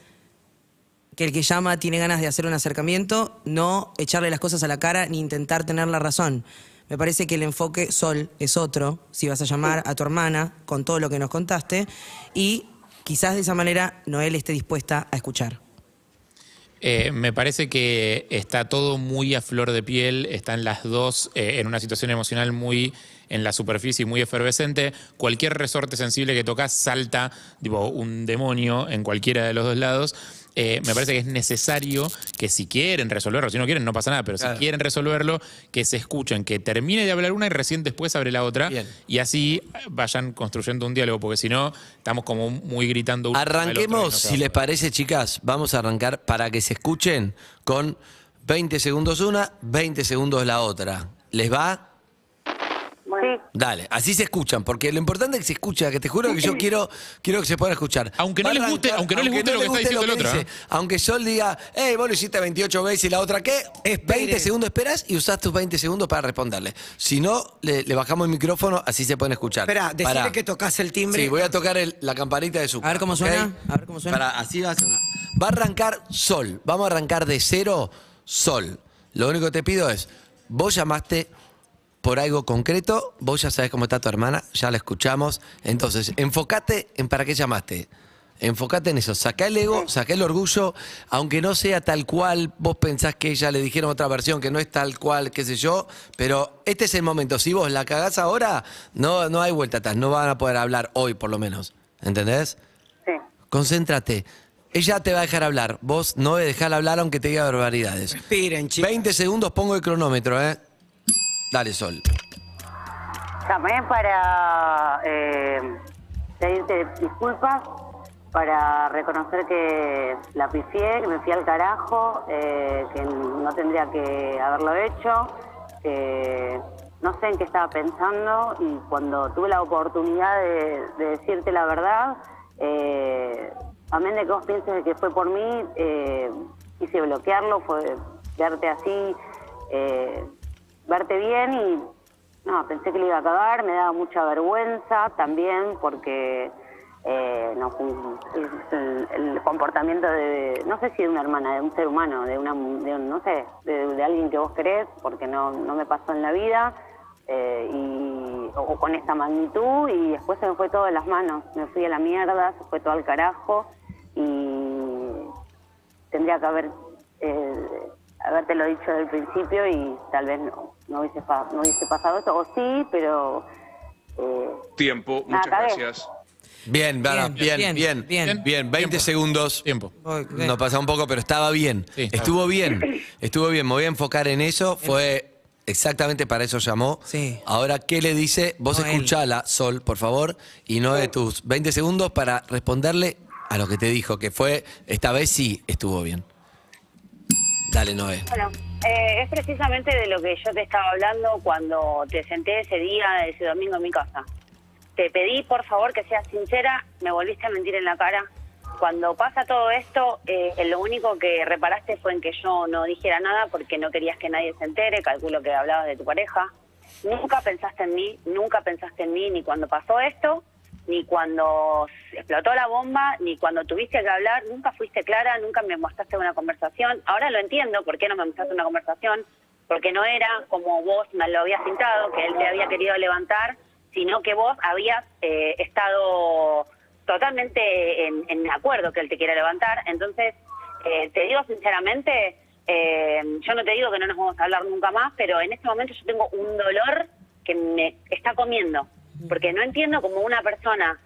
que el que llama tiene ganas de hacer un acercamiento, no echarle las cosas a la cara ni intentar tener la razón. Me parece que el enfoque Sol es otro, si vas a llamar a tu hermana con todo lo que nos contaste, y quizás de esa manera Noel esté dispuesta a escuchar.
Eh, me parece que está todo muy a flor de piel, están las dos eh, en una situación emocional muy en la superficie y muy efervescente. Cualquier resorte sensible que tocas salta, tipo un demonio en cualquiera de los dos lados. Eh, me parece que es necesario que si quieren resolverlo, si no quieren no pasa nada, pero si
Claro.
quieren resolverlo, que se escuchen, que termine de hablar una y recién después abre la otra
Bien.
y así eh, vayan construyendo un diálogo, porque si no estamos como muy gritando. uno al otro y no se va a
Arranquemos, si
poder.
les parece, chicas, vamos a arrancar para que se escuchen con 20 segundos una, 20 segundos la otra. ¿Les va?
Bueno. Sí.
Dale, así se escuchan, porque lo importante es que se escucha, que te juro que yo quiero, quiero que se puedan escuchar.
Aunque no
Va a
les guste-
arrancar-
aunque no les guste lo que está
guste
diciendo el
que
otro, ¿eh?
dice. Aunque Sol diga, hey, vos lo hiciste 28 veces y la otra qué, es 20 segundos esperas y usás tus 20 segundos para responderle. Si no, le, le bajamos el micrófono, así se pueden escuchar.
Espera, decirle
Pará.
que tocas el timbre.
Sí, voy a tocar el- la campanita de su.
A ver cómo suena, a ver cómo suena.
Pará, así va a sonar. Va a arrancar Sol. Vamos a arrancar de cero Sol. Lo único que te pido es, vos llamaste por algo concreto, vos ya sabés cómo está tu hermana, ya la escuchamos. Entonces, enfocate en para qué llamaste. Enfocate en eso, sacá el ego, sacá el orgullo, aunque no sea tal cual, vos pensás que ella le dijeron otra versión, que no es tal cual, qué sé yo, pero este es el momento. Si vos la cagás ahora, no, no hay vuelta atrás, no van a poder hablar hoy por lo menos. ¿Entendés?
Sí.
Concéntrate. Ella te va a dejar hablar. Vos no de dejar hablar aunque te diga barbaridades.
Respiren, chicas.
20 segundos pongo el cronómetro, ¿eh? Dale, Sol.
Llamé para eh, pedirte disculpas, para reconocer que la pifié, que me fui al carajo, eh, que no tendría que haberlo hecho, que no sé en qué estaba pensando y cuando tuve la oportunidad de, de decirte la verdad, eh, amén de que vos pienses de que fue por mí, eh, quise bloquearlo, fue verte así, eh, verte bien y no, pensé que le iba a cagar, me daba mucha vergüenza también porque eh, no, fue un- es el, el comportamiento de, no sé si de una hermana, de un ser humano, de una, de un- no sé, de, de alguien que vos querés, porque no, no me pasó en la vida, eh, y, o, o con esta magnitud, y después se me fue todo de las manos, me fui a la mierda, se fue todo al carajo, y tendría que haber eh, habértelo dicho desde el principio y tal vez no, no hubiese, pa- no hubiese pasado eso, o sí, pero... eh,
Tiempo,
muchas Ah, está bien. gracias.
Bien, Dana, bien, bien, bien, bien,
bien.
20
Tiempo.
segundos.
Tiempo.
Ok.
Nos pasa un poco, pero estaba bien.
Sí, está
estuvo bien. Estuvo bien. Me voy a enfocar en eso. Fue exactamente para eso llamó.
Sí.
Ahora, ¿qué le dice? Vos
No, él.
escuchala, Sol, por favor, y no de tus 20 segundos para responderle a lo que te dijo, que fue, esta vez sí estuvo bien. Dale, Noé.
Bueno, eh, es precisamente de lo que yo te estaba hablando cuando te senté ese día, ese domingo en mi casa. Te pedí, por favor, que seas sincera, me volviste a mentir en la cara. Cuando pasa todo esto, eh, lo único que reparaste fue en que yo no dijera nada porque no querías que nadie se entere, calculo que hablabas de tu pareja. Nunca pensaste en mí, nunca pensaste en mí, ni cuando pasó esto, ni cuando explotó la bomba, ni cuando tuviste que hablar, nunca fuiste clara, nunca me mostraste una conversación. Ahora lo entiendo por qué no me mostraste una conversación, porque no era como vos me lo habías pintado, que él te había querido levantar, sino que vos habías eh, estado totalmente en, en acuerdo que él te quiera levantar. Entonces, eh, te digo sinceramente, eh, yo no te digo que no nos vamos a hablar nunca más, pero en este momento yo tengo un dolor que me está comiendo, porque no entiendo como una persona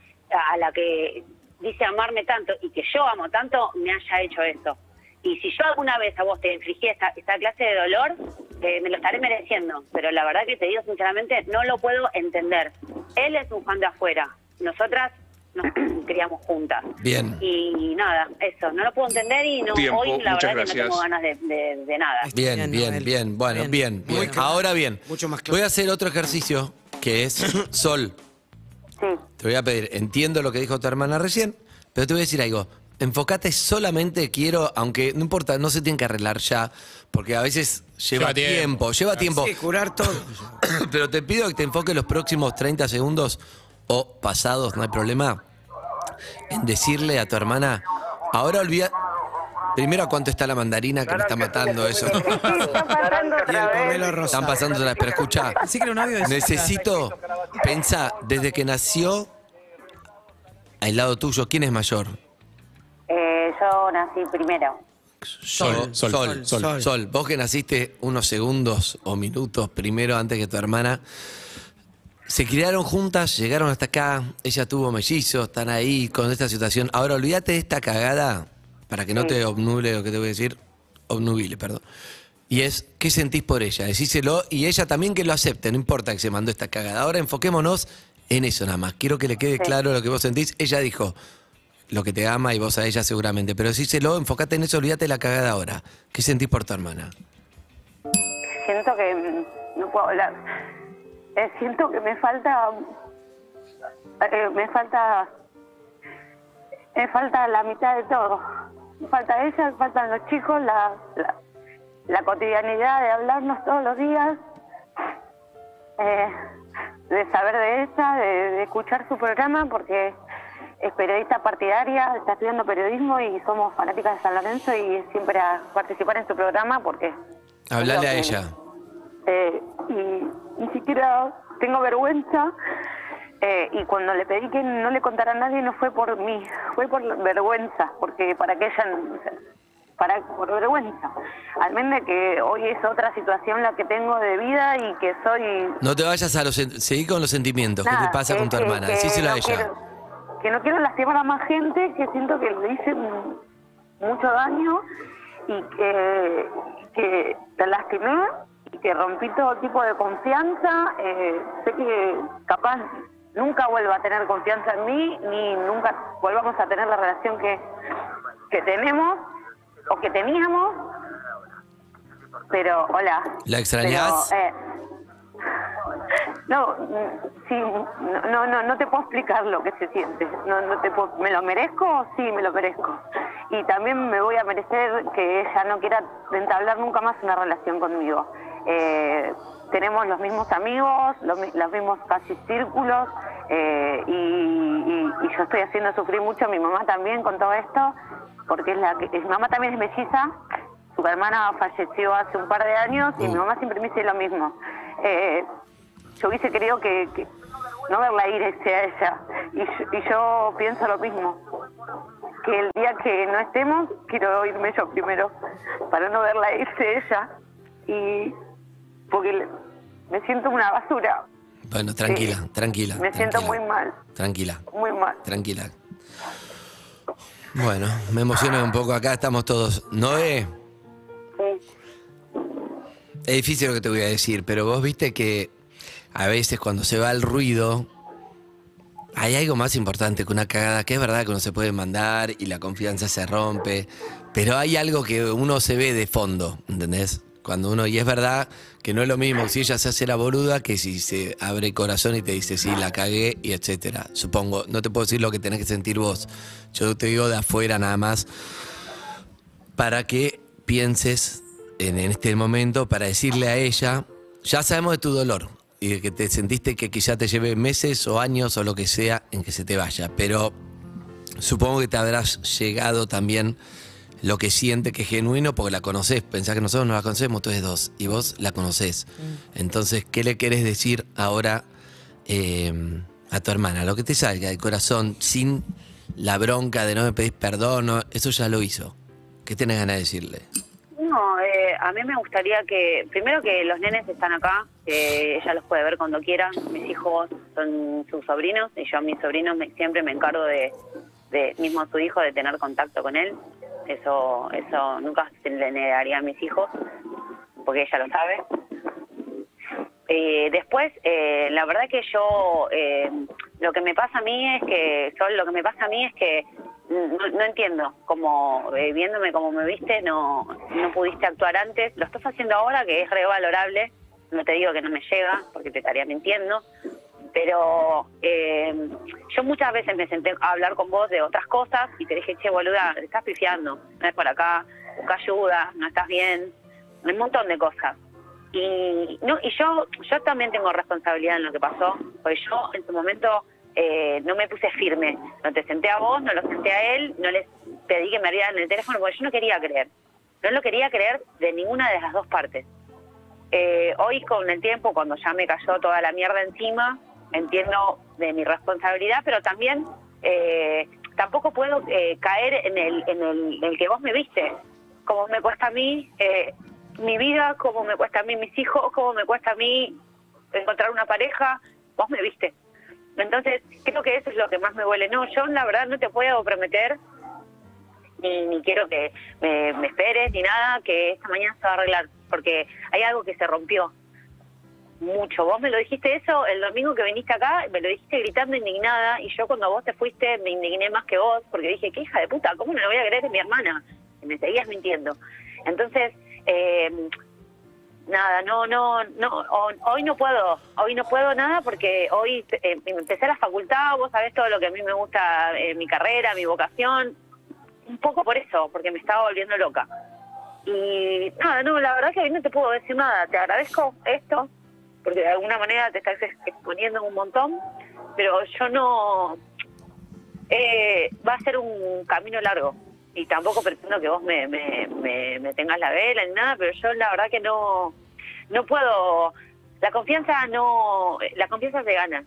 a la que dice amarme tanto y que yo amo tanto me haya hecho esto. Y si yo alguna vez a vos te infligí esta, esta clase de dolor, eh, me lo estaré mereciendo. Pero la verdad que te digo sinceramente, no lo puedo entender. Él es un fan de afuera. Nosotras nos criamos juntas.
Bien.
Y nada, eso. No lo puedo entender y no,
Tiempo,
hoy la
muchas
verdad que no tengo
gracias.
ganas de, de- de nada.
este
Bien,
Bien,
bien,
Noel.
bien. Bueno,
Bien.
bien, bien.
Muy claro.
Ahora bien,
Mucho más claro.
voy a hacer otro ejercicio, que es Sol.
Sí.
Te voy a pedir, entiendo lo que dijo tu hermana recién, pero te voy a decir algo. Enfócate solamente, quiero, aunque no importa, no se tienen que arreglar ya, porque a veces lleva,
Lleva
tiempo,
tiempo.
lleva tiempo.
Sí, curar todo.
Pero te pido que te enfoques los próximos 30 segundos o pasados, no hay problema, en decirle a tu hermana, ahora olvida, primero a cuánto está la mandarina que me está matando eso.
pasando
Y el pomelo
Están
rosado.
pasándolas, pero escucha,
Así que era un audio de-
necesito, pensá, desde que nació, al lado tuyo, ¿quién es mayor?
Eh, yo nací primero.
Sol, sol,
Sol,
sol.
Sol. Sol, vos que naciste unos segundos o minutos primero antes que tu hermana, se criaron juntas, llegaron hasta acá, ella tuvo mellizos, están ahí con esta situación. Ahora olvídate de esta cagada, para que no te obnuble lo que te voy a decir, obnubile, perdón. Y es, ¿qué sentís por ella? Decíselo y ella también que lo acepte, no importa que se mandó esta cagada. Ahora enfoquémonos en eso nada más. Quiero que le quede claro lo que vos sentís. Ella dijo, lo que te ama y vos a ella seguramente. Pero decíselo, enfócate en eso, olvídate de la cagada ahora. ¿Qué sentís por tu hermana?
Siento que mm, no puedo hablar. Eh, siento que me falta. eh, me falta. Me falta la mitad de todo. Me falta ella, me faltan los chicos, la, la, la cotidianidad de hablarnos todos los días. eh, de saber de ella, de, de escuchar su programa, porque es periodista partidaria, está estudiando periodismo y somos fanáticas de San Lorenzo y siempre a participar en su programa porque
Hablale a
Creo que-
ella.
eh, y ni siquiera tengo vergüenza. Eh, y cuando le pedí que no le contara a nadie no fue por mí, fue por vergüenza, porque para que ella, o sea, para por vergüenza. Al menos de que hoy es otra situación la que tengo de vida y que soy
No te vayas a los... sen- Seguí con los sentimientos. ¿Qué te
Nada,
pasa
que-
con tu
que-
hermana?
que
Decíselo a
no
ella.
quiero- que no quiero lastimar a más gente, que siento que le hice mu- mucho daño y que, que la lastimé y que rompí todo tipo de confianza. Eh, sé que capaz nunca vuelva a tener confianza en mí ni nunca volvamos a tener la relación que, que tenemos o que teníamos. Pero, hola.
¿La extrañás?
Pero, eh, no, mm, sí, no, no, no, no te puedo explicar lo que se siente. No, no te puedo- ¿Me lo merezco? Sí, me lo merezco. Y también me voy a merecer que ella no quiera entablar nunca más una relación conmigo. Eh, tenemos los mismos amigos, los, mi- los mismos casi círculos, eh, y, y- y yo estoy haciendo sufrir mucho a mi mamá también con todo esto, porque es la que, mi mamá también es melliza, su hermana falleció hace un par de años y mi mamá siempre me dice lo mismo. Eh, yo hubiese querido que, que no verla ir hacia ella. Y, yo- y yo pienso lo mismo. Que el día que no estemos, quiero irme yo primero, para no verla irse ella. Y porque le- me siento una basura.
Bueno, tranquila,
Sí.
tranquila.
Me siento
tranquila.
muy mal,
Tranquila,
muy mal.
tranquila. Bueno, me emociona un poco. Acá estamos todos. Noé,
Sí.
es difícil lo que te voy a decir, pero vos viste que a veces cuando se va el ruido, hay algo más importante que una cagada, que es verdad que uno se puede mandar y la confianza se rompe, pero hay algo que uno se ve de fondo, ¿entendés? Cuando uno, y es verdad que no es lo mismo si ella se hace la boluda que si se abre el corazón y te dice, sí, la cagué y etcétera. Supongo, no te puedo decir lo que tenés que sentir vos. Yo te digo de afuera nada más para que pienses en, en este momento, para decirle a ella, ya sabemos de tu dolor y de que te sentiste que quizá te lleve meses o años o lo que sea en que se te vaya, pero supongo que te habrás llegado también lo que siente que es genuino porque la conoces, pensás que nosotros no la conocemos, ustedes dos, y vos la conocés. Entonces, ¿qué le querés decir ahora eh, a tu hermana? Lo que te salga del corazón sin la bronca de no me pedís perdón, no, eso ya lo hizo. ¿Qué tenés ganas de decirle?
No, eh, a mí me gustaría que, primero que los nenes están acá, eh, ella los puede ver cuando quiera, mis hijos son sus sobrinos y yo a mis sobrinos me- siempre me encargo de, de, mismo a su hijo, de tener contacto con él, eso eso nunca se le negaría a mis hijos, porque ella lo sabe. Eh, después, eh, la verdad que yo, eh, lo que me pasa a mí es que, Sol, lo que me pasa a mí es que no, no entiendo, como eh, viéndome como me viste, no, no pudiste actuar antes, lo estás haciendo ahora que es revalorable, no te digo que no me llega, porque te estaría mintiendo, pero eh, yo muchas veces me senté a hablar con vos de otras cosas y te dije, che, boluda, te estás pifiando, no es por acá, busca ayuda, no estás bien, un montón de cosas. Y, no, y yo, yo también tengo responsabilidad en lo que pasó, porque yo en su momento eh, no me puse firme, no te senté a vos, no lo senté a él, no les pedí que me abrieran el teléfono, porque yo no quería creer, no lo quería creer de ninguna de las dos partes. Eh, hoy con el tiempo, cuando ya me cayó toda la mierda encima, entiendo de mi responsabilidad, pero también eh, tampoco puedo eh, caer en el, en, el, en el que vos me viste, como me cuesta a mí eh, mi vida, como me cuesta a mí mis hijos, como me cuesta a mí encontrar una pareja, vos me viste. Entonces, creo que eso es lo que más me duele. No, yo la verdad no te puedo prometer ni, ni quiero que me, me esperes ni nada, que esta mañana se va a arreglar, porque hay algo que se rompió mucho. Vos me lo dijiste eso el domingo que viniste acá, me lo dijiste gritando indignada y yo cuando vos te fuiste me indigné más que vos porque dije, qué hija de puta, ¿cómo no la voy a creer de mi hermana? Y me seguías mintiendo. Entonces, eh, nada, no, no, no, ho- hoy no puedo, hoy no puedo nada porque hoy eh, empecé la facultad, vos sabés todo lo que a mí me gusta, eh, mi carrera, mi vocación, un poco por eso, porque me estaba volviendo loca. Y nada, no, la verdad que hoy no te puedo decir nada, te agradezco esto, porque de alguna manera te estás ex- exponiendo un montón, pero yo no... eh, va a ser un camino largo y tampoco pretendo que vos me, me, me- me tengas la vela ni nada, pero yo la verdad que no, no puedo... La confianza no... La confianza se gana.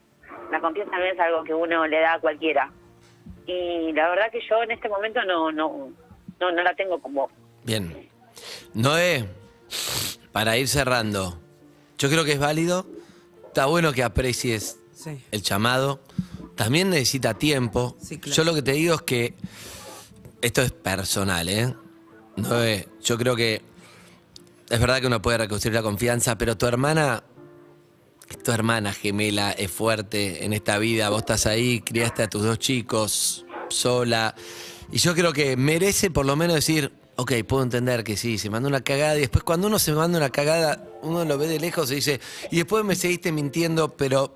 La confianza no es algo que uno le da a cualquiera y la verdad que yo en este momento no no no, no la tengo como
Bien. Noé, para ir cerrando, yo creo que es válido. Está bueno que aprecies
Sí.
el llamado. También necesita tiempo.
Sí, claro.
Yo lo que te digo es que esto es personal, ¿eh? Noé, yo creo que es verdad que uno puede reconstruir la confianza, pero tu hermana, tu hermana gemela es fuerte en esta vida. Vos estás ahí, criaste a tus dos chicos sola. Y yo creo que merece por lo menos decir, ok, puedo entender que sí, se mandó una cagada. Y después cuando uno se manda una cagada, uno lo ve de lejos y dice, y después me seguiste mintiendo, pero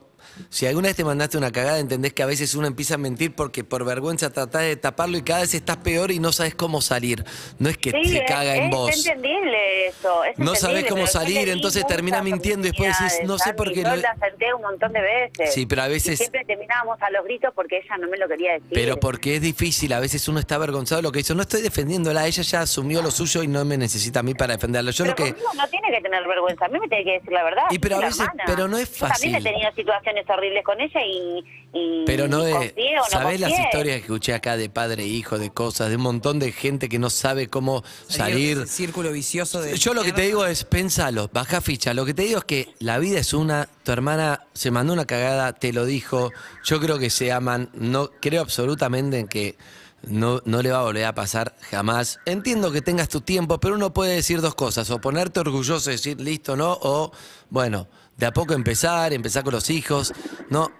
si alguna vez te mandaste una cagada, entendés que a veces uno empieza a mentir porque por vergüenza tratás de taparlo y cada vez estás peor y no sabes cómo salir. No es que
Sí,
se
es-
caga en
es
vos.
entendible eso es
No
entendible,
sabés cómo
pero yo
salir,
le di
entonces
muchas
terminás mintiendo y después decís, no sé por qué lo-
oportunidades, Santi, yo la senté un montón de veces
Sí, pero a
Y
veces-
siempre terminábamos a los gritos porque ella no me lo quería decir
Pero porque es difícil, a veces uno está avergonzado de lo que hizo. No estoy defendiéndola, ella ya asumió lo suyo y no me necesita a mí para defenderlo. Yo
Pero
lo que.
conmigo no tiene que tener vergüenza, a mí me tiene que decir la verdad.
Y pero
soy
a
la
veces-
hermana.
pero no es
Yo también he
fácil.
tenido situaciones situaciones horribles con ella y, y
Pero no de.
confié o no
¿Sabés las
confié.
historias que escuché acá de padre e hijo, de cosas, de un montón de gente que no sabe cómo salir?
Ese Círculo vicioso de.
Yo lo que te digo es, pensalo, baja ficha. Lo que te digo es que la vida es una, tu hermana se mandó una cagada, te lo dijo. Yo creo que se aman, no creo absolutamente en que no, no le va a volver a pasar jamás. Entiendo que tengas tu tiempo, pero uno puede decir dos cosas, o ponerte orgulloso y decir listo, no, o bueno, de a poco empezar, empezar con los hijos, no.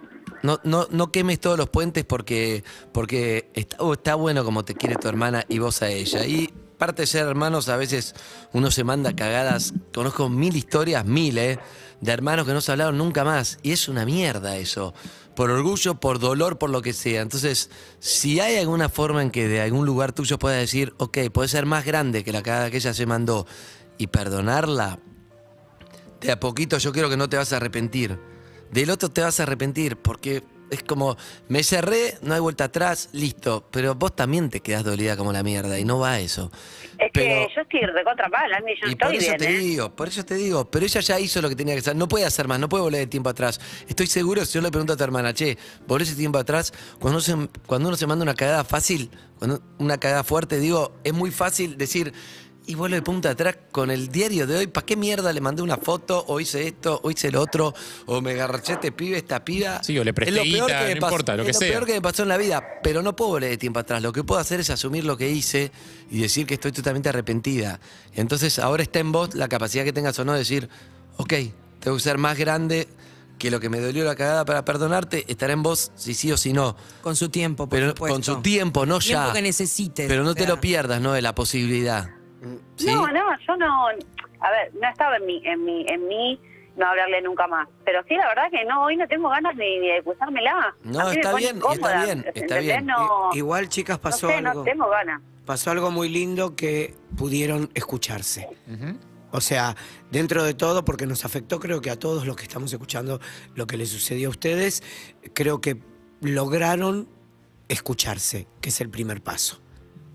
No, no, no quemes todos los puentes porque, porque está, oh, está bueno como te quiere tu hermana y vos a ella. Y parte de ser hermanos, a veces uno se manda cagadas. Conozco mil historias, mil, ¿eh? De hermanos que no se hablaron nunca más. Y es una mierda eso. Por orgullo, por dolor, por lo que sea. Entonces, si hay alguna forma en que de algún lugar tuyo puedas decir, ok, puede ser más grande que la cagada que ella se mandó y perdonarla, de a poquito yo creo que no te vas a arrepentir. Del otro te vas a arrepentir porque es como, me cerré, no hay vuelta atrás, listo. Pero vos también te quedás dolida como la mierda y no va eso.
Es
Pero-
que Eh, yo estoy recontra mal, Andy, yo
y por
estoy
eso
bien,
te
¿eh?
digo, por eso te digo, pero ella ya hizo lo que tenía que hacer, no puede hacer más, no puede volver el tiempo atrás. Estoy seguro, si yo le pregunto a tu hermana, che, volvés el tiempo atrás, cuando, se- cuando uno se manda una cagada fácil, cuando una cagada fuerte, digo, es muy fácil decir, y vuelvo de punta atrás con el diario de hoy, ¿para qué mierda le mandé una foto? O hice esto, o hice lo otro, o me garraché a este pibe, esta piba.
Sí, o le presté
Es lo peor
guita,
que me
no
pasó-
importa, lo
es
que sea.
peor que me pasó en la vida, pero no puedo volver de tiempo atrás. Lo que puedo hacer es asumir lo que hice y decir que estoy totalmente arrepentida. Entonces ahora está en vos la capacidad que tengas o no de decir, ok, tengo que ser más grande que lo que me dolió la cagada para perdonarte, estará en vos si sí o si no.
Con su tiempo, por
Pero
supuesto.
con su tiempo, no
Tiempo
ya.
que necesites,
Pero no
o
te
sea.
lo pierdas, ¿no? De la posibilidad. ¿Sí?
Mm, No, no, yo no. A ver, no estaba en mí, en mí, en mí no hablarle nunca más. Pero sí, la verdad que no, hoy no tengo ganas ni, ni de cruzármela.
No,
A mí me
está
pone
bien, está
incómoda,
bien, está
¿entendés?
bien.
No,
I- Igual, chicas,
no
pasó
sé,
algo.
no tengo ganas.
pasó algo muy lindo que pudieron escucharse.
Ujú.
O sea, dentro de todo, porque nos afectó creo que a todos los que estamos escuchando lo que les sucedió a ustedes, creo que lograron escucharse, que es el primer paso.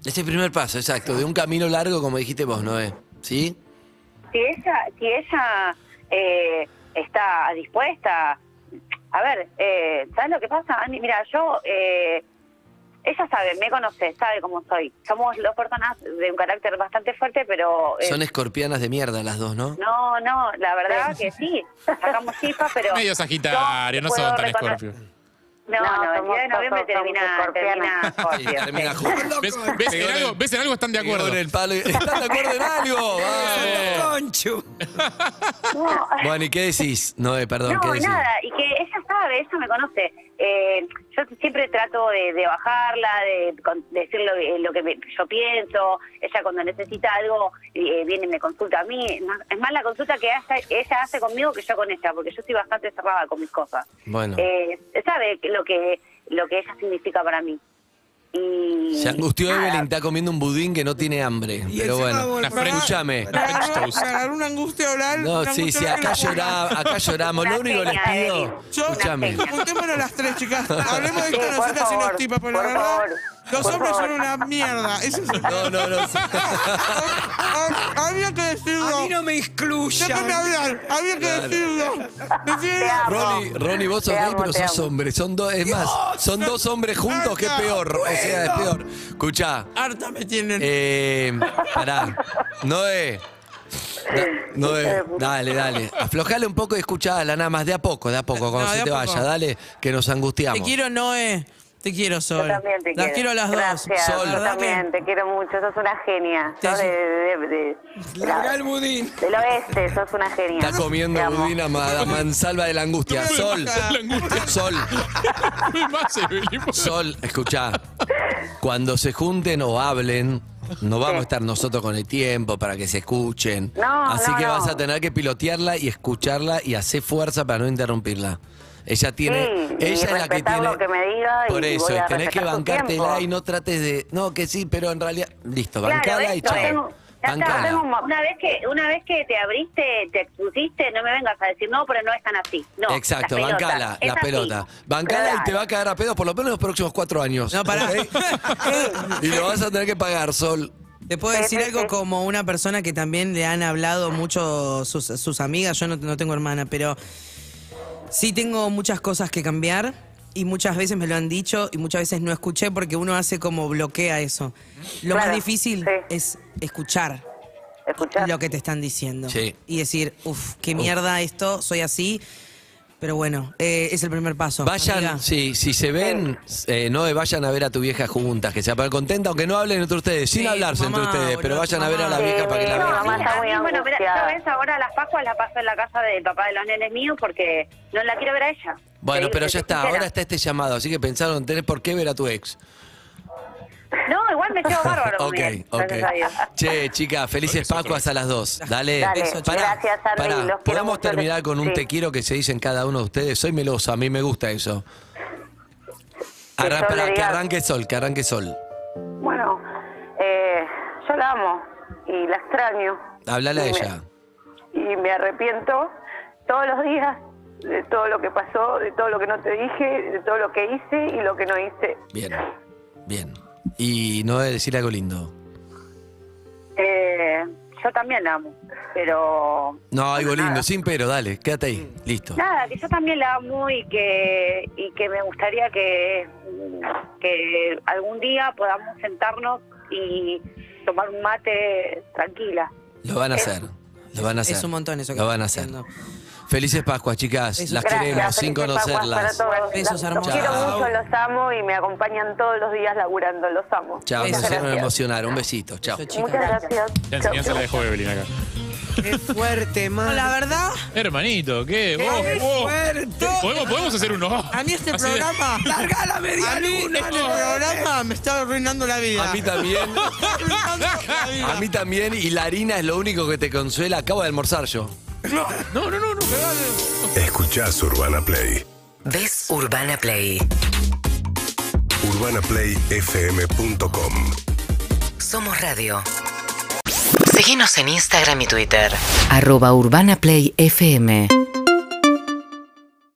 Es el primer paso, exacto. De un camino largo, como dijiste vos, Noé. ¿Sí?
si ella, si ella eh, está dispuesta, a ver, eh, ¿sabes lo que pasa, Andy? Mira, yo, eh, ella sabe, me conoce, sabe cómo soy. Somos dos personas de un carácter bastante fuerte, pero... eh,
Son e- escorpianas de mierda las dos, ¿no?
no, no, la verdad que sí, sacamos chispas, pero...
Medio sagitario,
yo
no son
puedo
tan
reconocer-
escorpio.
No, no, el
somos-
10 de noviembre
somos- somos
termina, termina
escorpianas.
Y
Scorpio.
termina
Sí.
juntas.
¿Ves, ves en algo, ¿Ves en algo están de acuerdo?
Con el palo. y- ¿Están de acuerdo en algo? Vamos.
¡Conchu!
No,
Bueno, ¿y qué decís? No, eh, perdón, ¿qué
No,
decís?
nada, y que ella sabe, ella me conoce. Eh, yo siempre trato de, de bajarla, de con- decir lo, eh, lo que me- yo pienso. Ella cuando necesita algo eh, viene y me consulta a mí. Es más la consulta que hace- ella hace conmigo que yo con ella, porque yo soy bastante cerrada con mis cosas.
Bueno.
Eh, sabe lo que, lo que ella significa para mí. Y
Se angustió
nada,
Evelyn, está comiendo un budín que no tiene hambre.
Y
Pero
encima
bueno,
volverá-
Una French-
escúchame.
una French toast.
una angustia oral.
No, sí, sí, acá lloramos, acá lloramos. Lo
Una
único que les
genia,
pido,
Evelyn.
Yo-
escúchame.
Una genia.
Juntémonos las tres, chicas. Hablemos de
Sí,
esto
por
nosotras y
favor,
los tipas, pero la
por
verdad,
favor,
los
por
hombres son
favor.
una mierda. Eso es.
No, no, no. sí.
Ah, Había que decirlo.
A mí no me
Déjame
excluyan.
hablar. Había que decirlo.
Te
Decirlo.
amo.
Ronnie, Ronnie, vos sos
Te
gay,
amo,
pero
te
sos
amo.
hombre. Son dos, es más, son dos hombres juntos que es peor. O sea, es peor. Escuchá,
Harta me tienen.
eh, pará. Noé. No, Noé, dale, dale. Aflojale un poco y escuchala, nada más, de a poco, de a poco, cuando
No, de
se
a
te
poco.
vaya, dale, que nos angustiamos.
te quiero, Noé. Te quiero, Sol.
Yo también te
las
quiero.
quiero a las
Gracias,
dos.
Sol.
Yo
¿Verdad que-
también te quiero mucho. Sos una genia.
Te-
Sos de, de- de- de-
Larga el budín.
del oeste, sos una genia.
Está comiendo
Te amo.
budín amada, mansalva de la angustia.
No me
Sol,
baja la angustia.
Sol,
Más Evelyn, por-
Sol, escuchá. Cuando se junten o hablen, no vamos a estar nosotros con el tiempo para que se escuchen.
No,
Así
no,
que
no.
vas a tener que pilotearla y escucharla y hacer fuerza para no interrumpirla. Ella tiene,
Sí, y
ella es la que
respetar
tiene.
lo que me diga y
por eso,
voy a
tenés que
respetar su
bancártela
tiempo.
y no trates de. No, que sí, pero en realidad. Listo,
Claro,
bancala
¿ves?
y
No
chao.
tengo- ya está,
Bancala.
tengo un mo- una vez que una vez que te abriste, te expusiste, no me vengas a decir no, pero no es tan así. No,
Exacto,
la pelota,
bancala,
es
la
así.
pelota. Bancala y te va a caer a pedos por lo menos los próximos cuatro años.
No,
¿ok?
pará.
y lo vas a tener que pagar, Sol.
Te puedo
Sí,
decir
sí,
algo
sí.
como una persona que también le han hablado mucho sus, sus amigas, yo no, no tengo hermana, pero Sí, tengo muchas cosas que cambiar y muchas veces me lo han dicho y muchas veces no escuché porque uno hace como bloquea eso. Lo
Claro,
más difícil
sí.
es escuchar
Escuchar.
lo que te están diciendo
Sí.
y decir, uff, qué mierda esto, soy así. Pero bueno, eh, es el primer paso. Amiga,
Vayan, sí, si se ven, eh, no vayan a ver a tu vieja juntas, que se paren contenta, aunque no hablen entre ustedes, sin
Sí,
hablarse
mamá,
entre ustedes, pero
boludo,
vayan a
mamá.
ver a la vieja para que la
Sí,
vean.
mamá,
juntas.
está muy
Y bueno, mira,
angustiada.
yo ves ahora las Pascuas las paso en la casa del papá de los nenes míos porque no la quiero ver a ella. Te
Bueno,
digo,
pero
te
ya
soy
está,
sincera.
ahora está este llamado, así que pensaron, tenés por qué ver a tu ex.
No, igual me llevo bárbaro. con
ok,
Miguel,
ok.
gracias a Dios.
Che, chicas, felices Pascuas a las dos. Dale.
Dale,
Beso,
gracias, Andy,
pará,
los quiero
¿Podemos
mucho,
terminar
les-
con un
sí.
te quiero que se dicen cada uno de ustedes? Soy melosa, a mí me gusta eso. Arran-
Sol
pará,
le
que
diga-
arranque sol, que arranque sol.
Bueno, eh, yo la amo y la extraño.
Háblale a
Y me-
ella.
Y me arrepiento todos los días de todo lo que pasó, de todo lo que no te dije, de todo lo que hice y lo que no hice.
Bien, bien. Y no debe decir algo lindo.
Eh, yo también la amo, pero
No, algo lindo, sin pero, dale, quédate ahí, listo.
nada, que yo también la amo y que y que me gustaría que, que algún día podamos sentarnos y tomar un mate tranquila.
Lo van a hacer, lo van a hacer.
Es un montón eso que
Lo
estás
van a hacer.
haciendo.
Felices Pascuas, chicas.
Besos.
Las
Gracias,
queremos sin
felices Pascuas
conocerlas.
para todos.
Besos
Las-
hermosos.
Los quiero
Chao.
mucho, los amo y me acompañan todos los días laburando, los amo.
Chao, nos
Besos.
Muchas
hicieron
gracias.
emocionar. Un besito, chao.
Beso, chicas.
Muchas gracias.
La
Chao,
enseñanza
chao.
la dejó Evelyn acá.
Qué fuerte,
No,
man.
la verdad,
Hermanito, ¿qué? Vos,
Qué
vos.
fuerte.
¿Podemos, podemos hacer uno.
a mí este
Así de-
programa,
Larga la media
a mí
luna.
este programa me está arruinando la vida.
A mí también. A mí también. Y la harina es lo único que te consuela. Acabo de almorzar yo.
No, no, no, no.
Escuchás Urbana Play.
¿Ves Urbana Play?
UrbanaPlayFM.com
Somos radio.
Seguinos en Instagram y Twitter.
Arroba Urbana Play FM.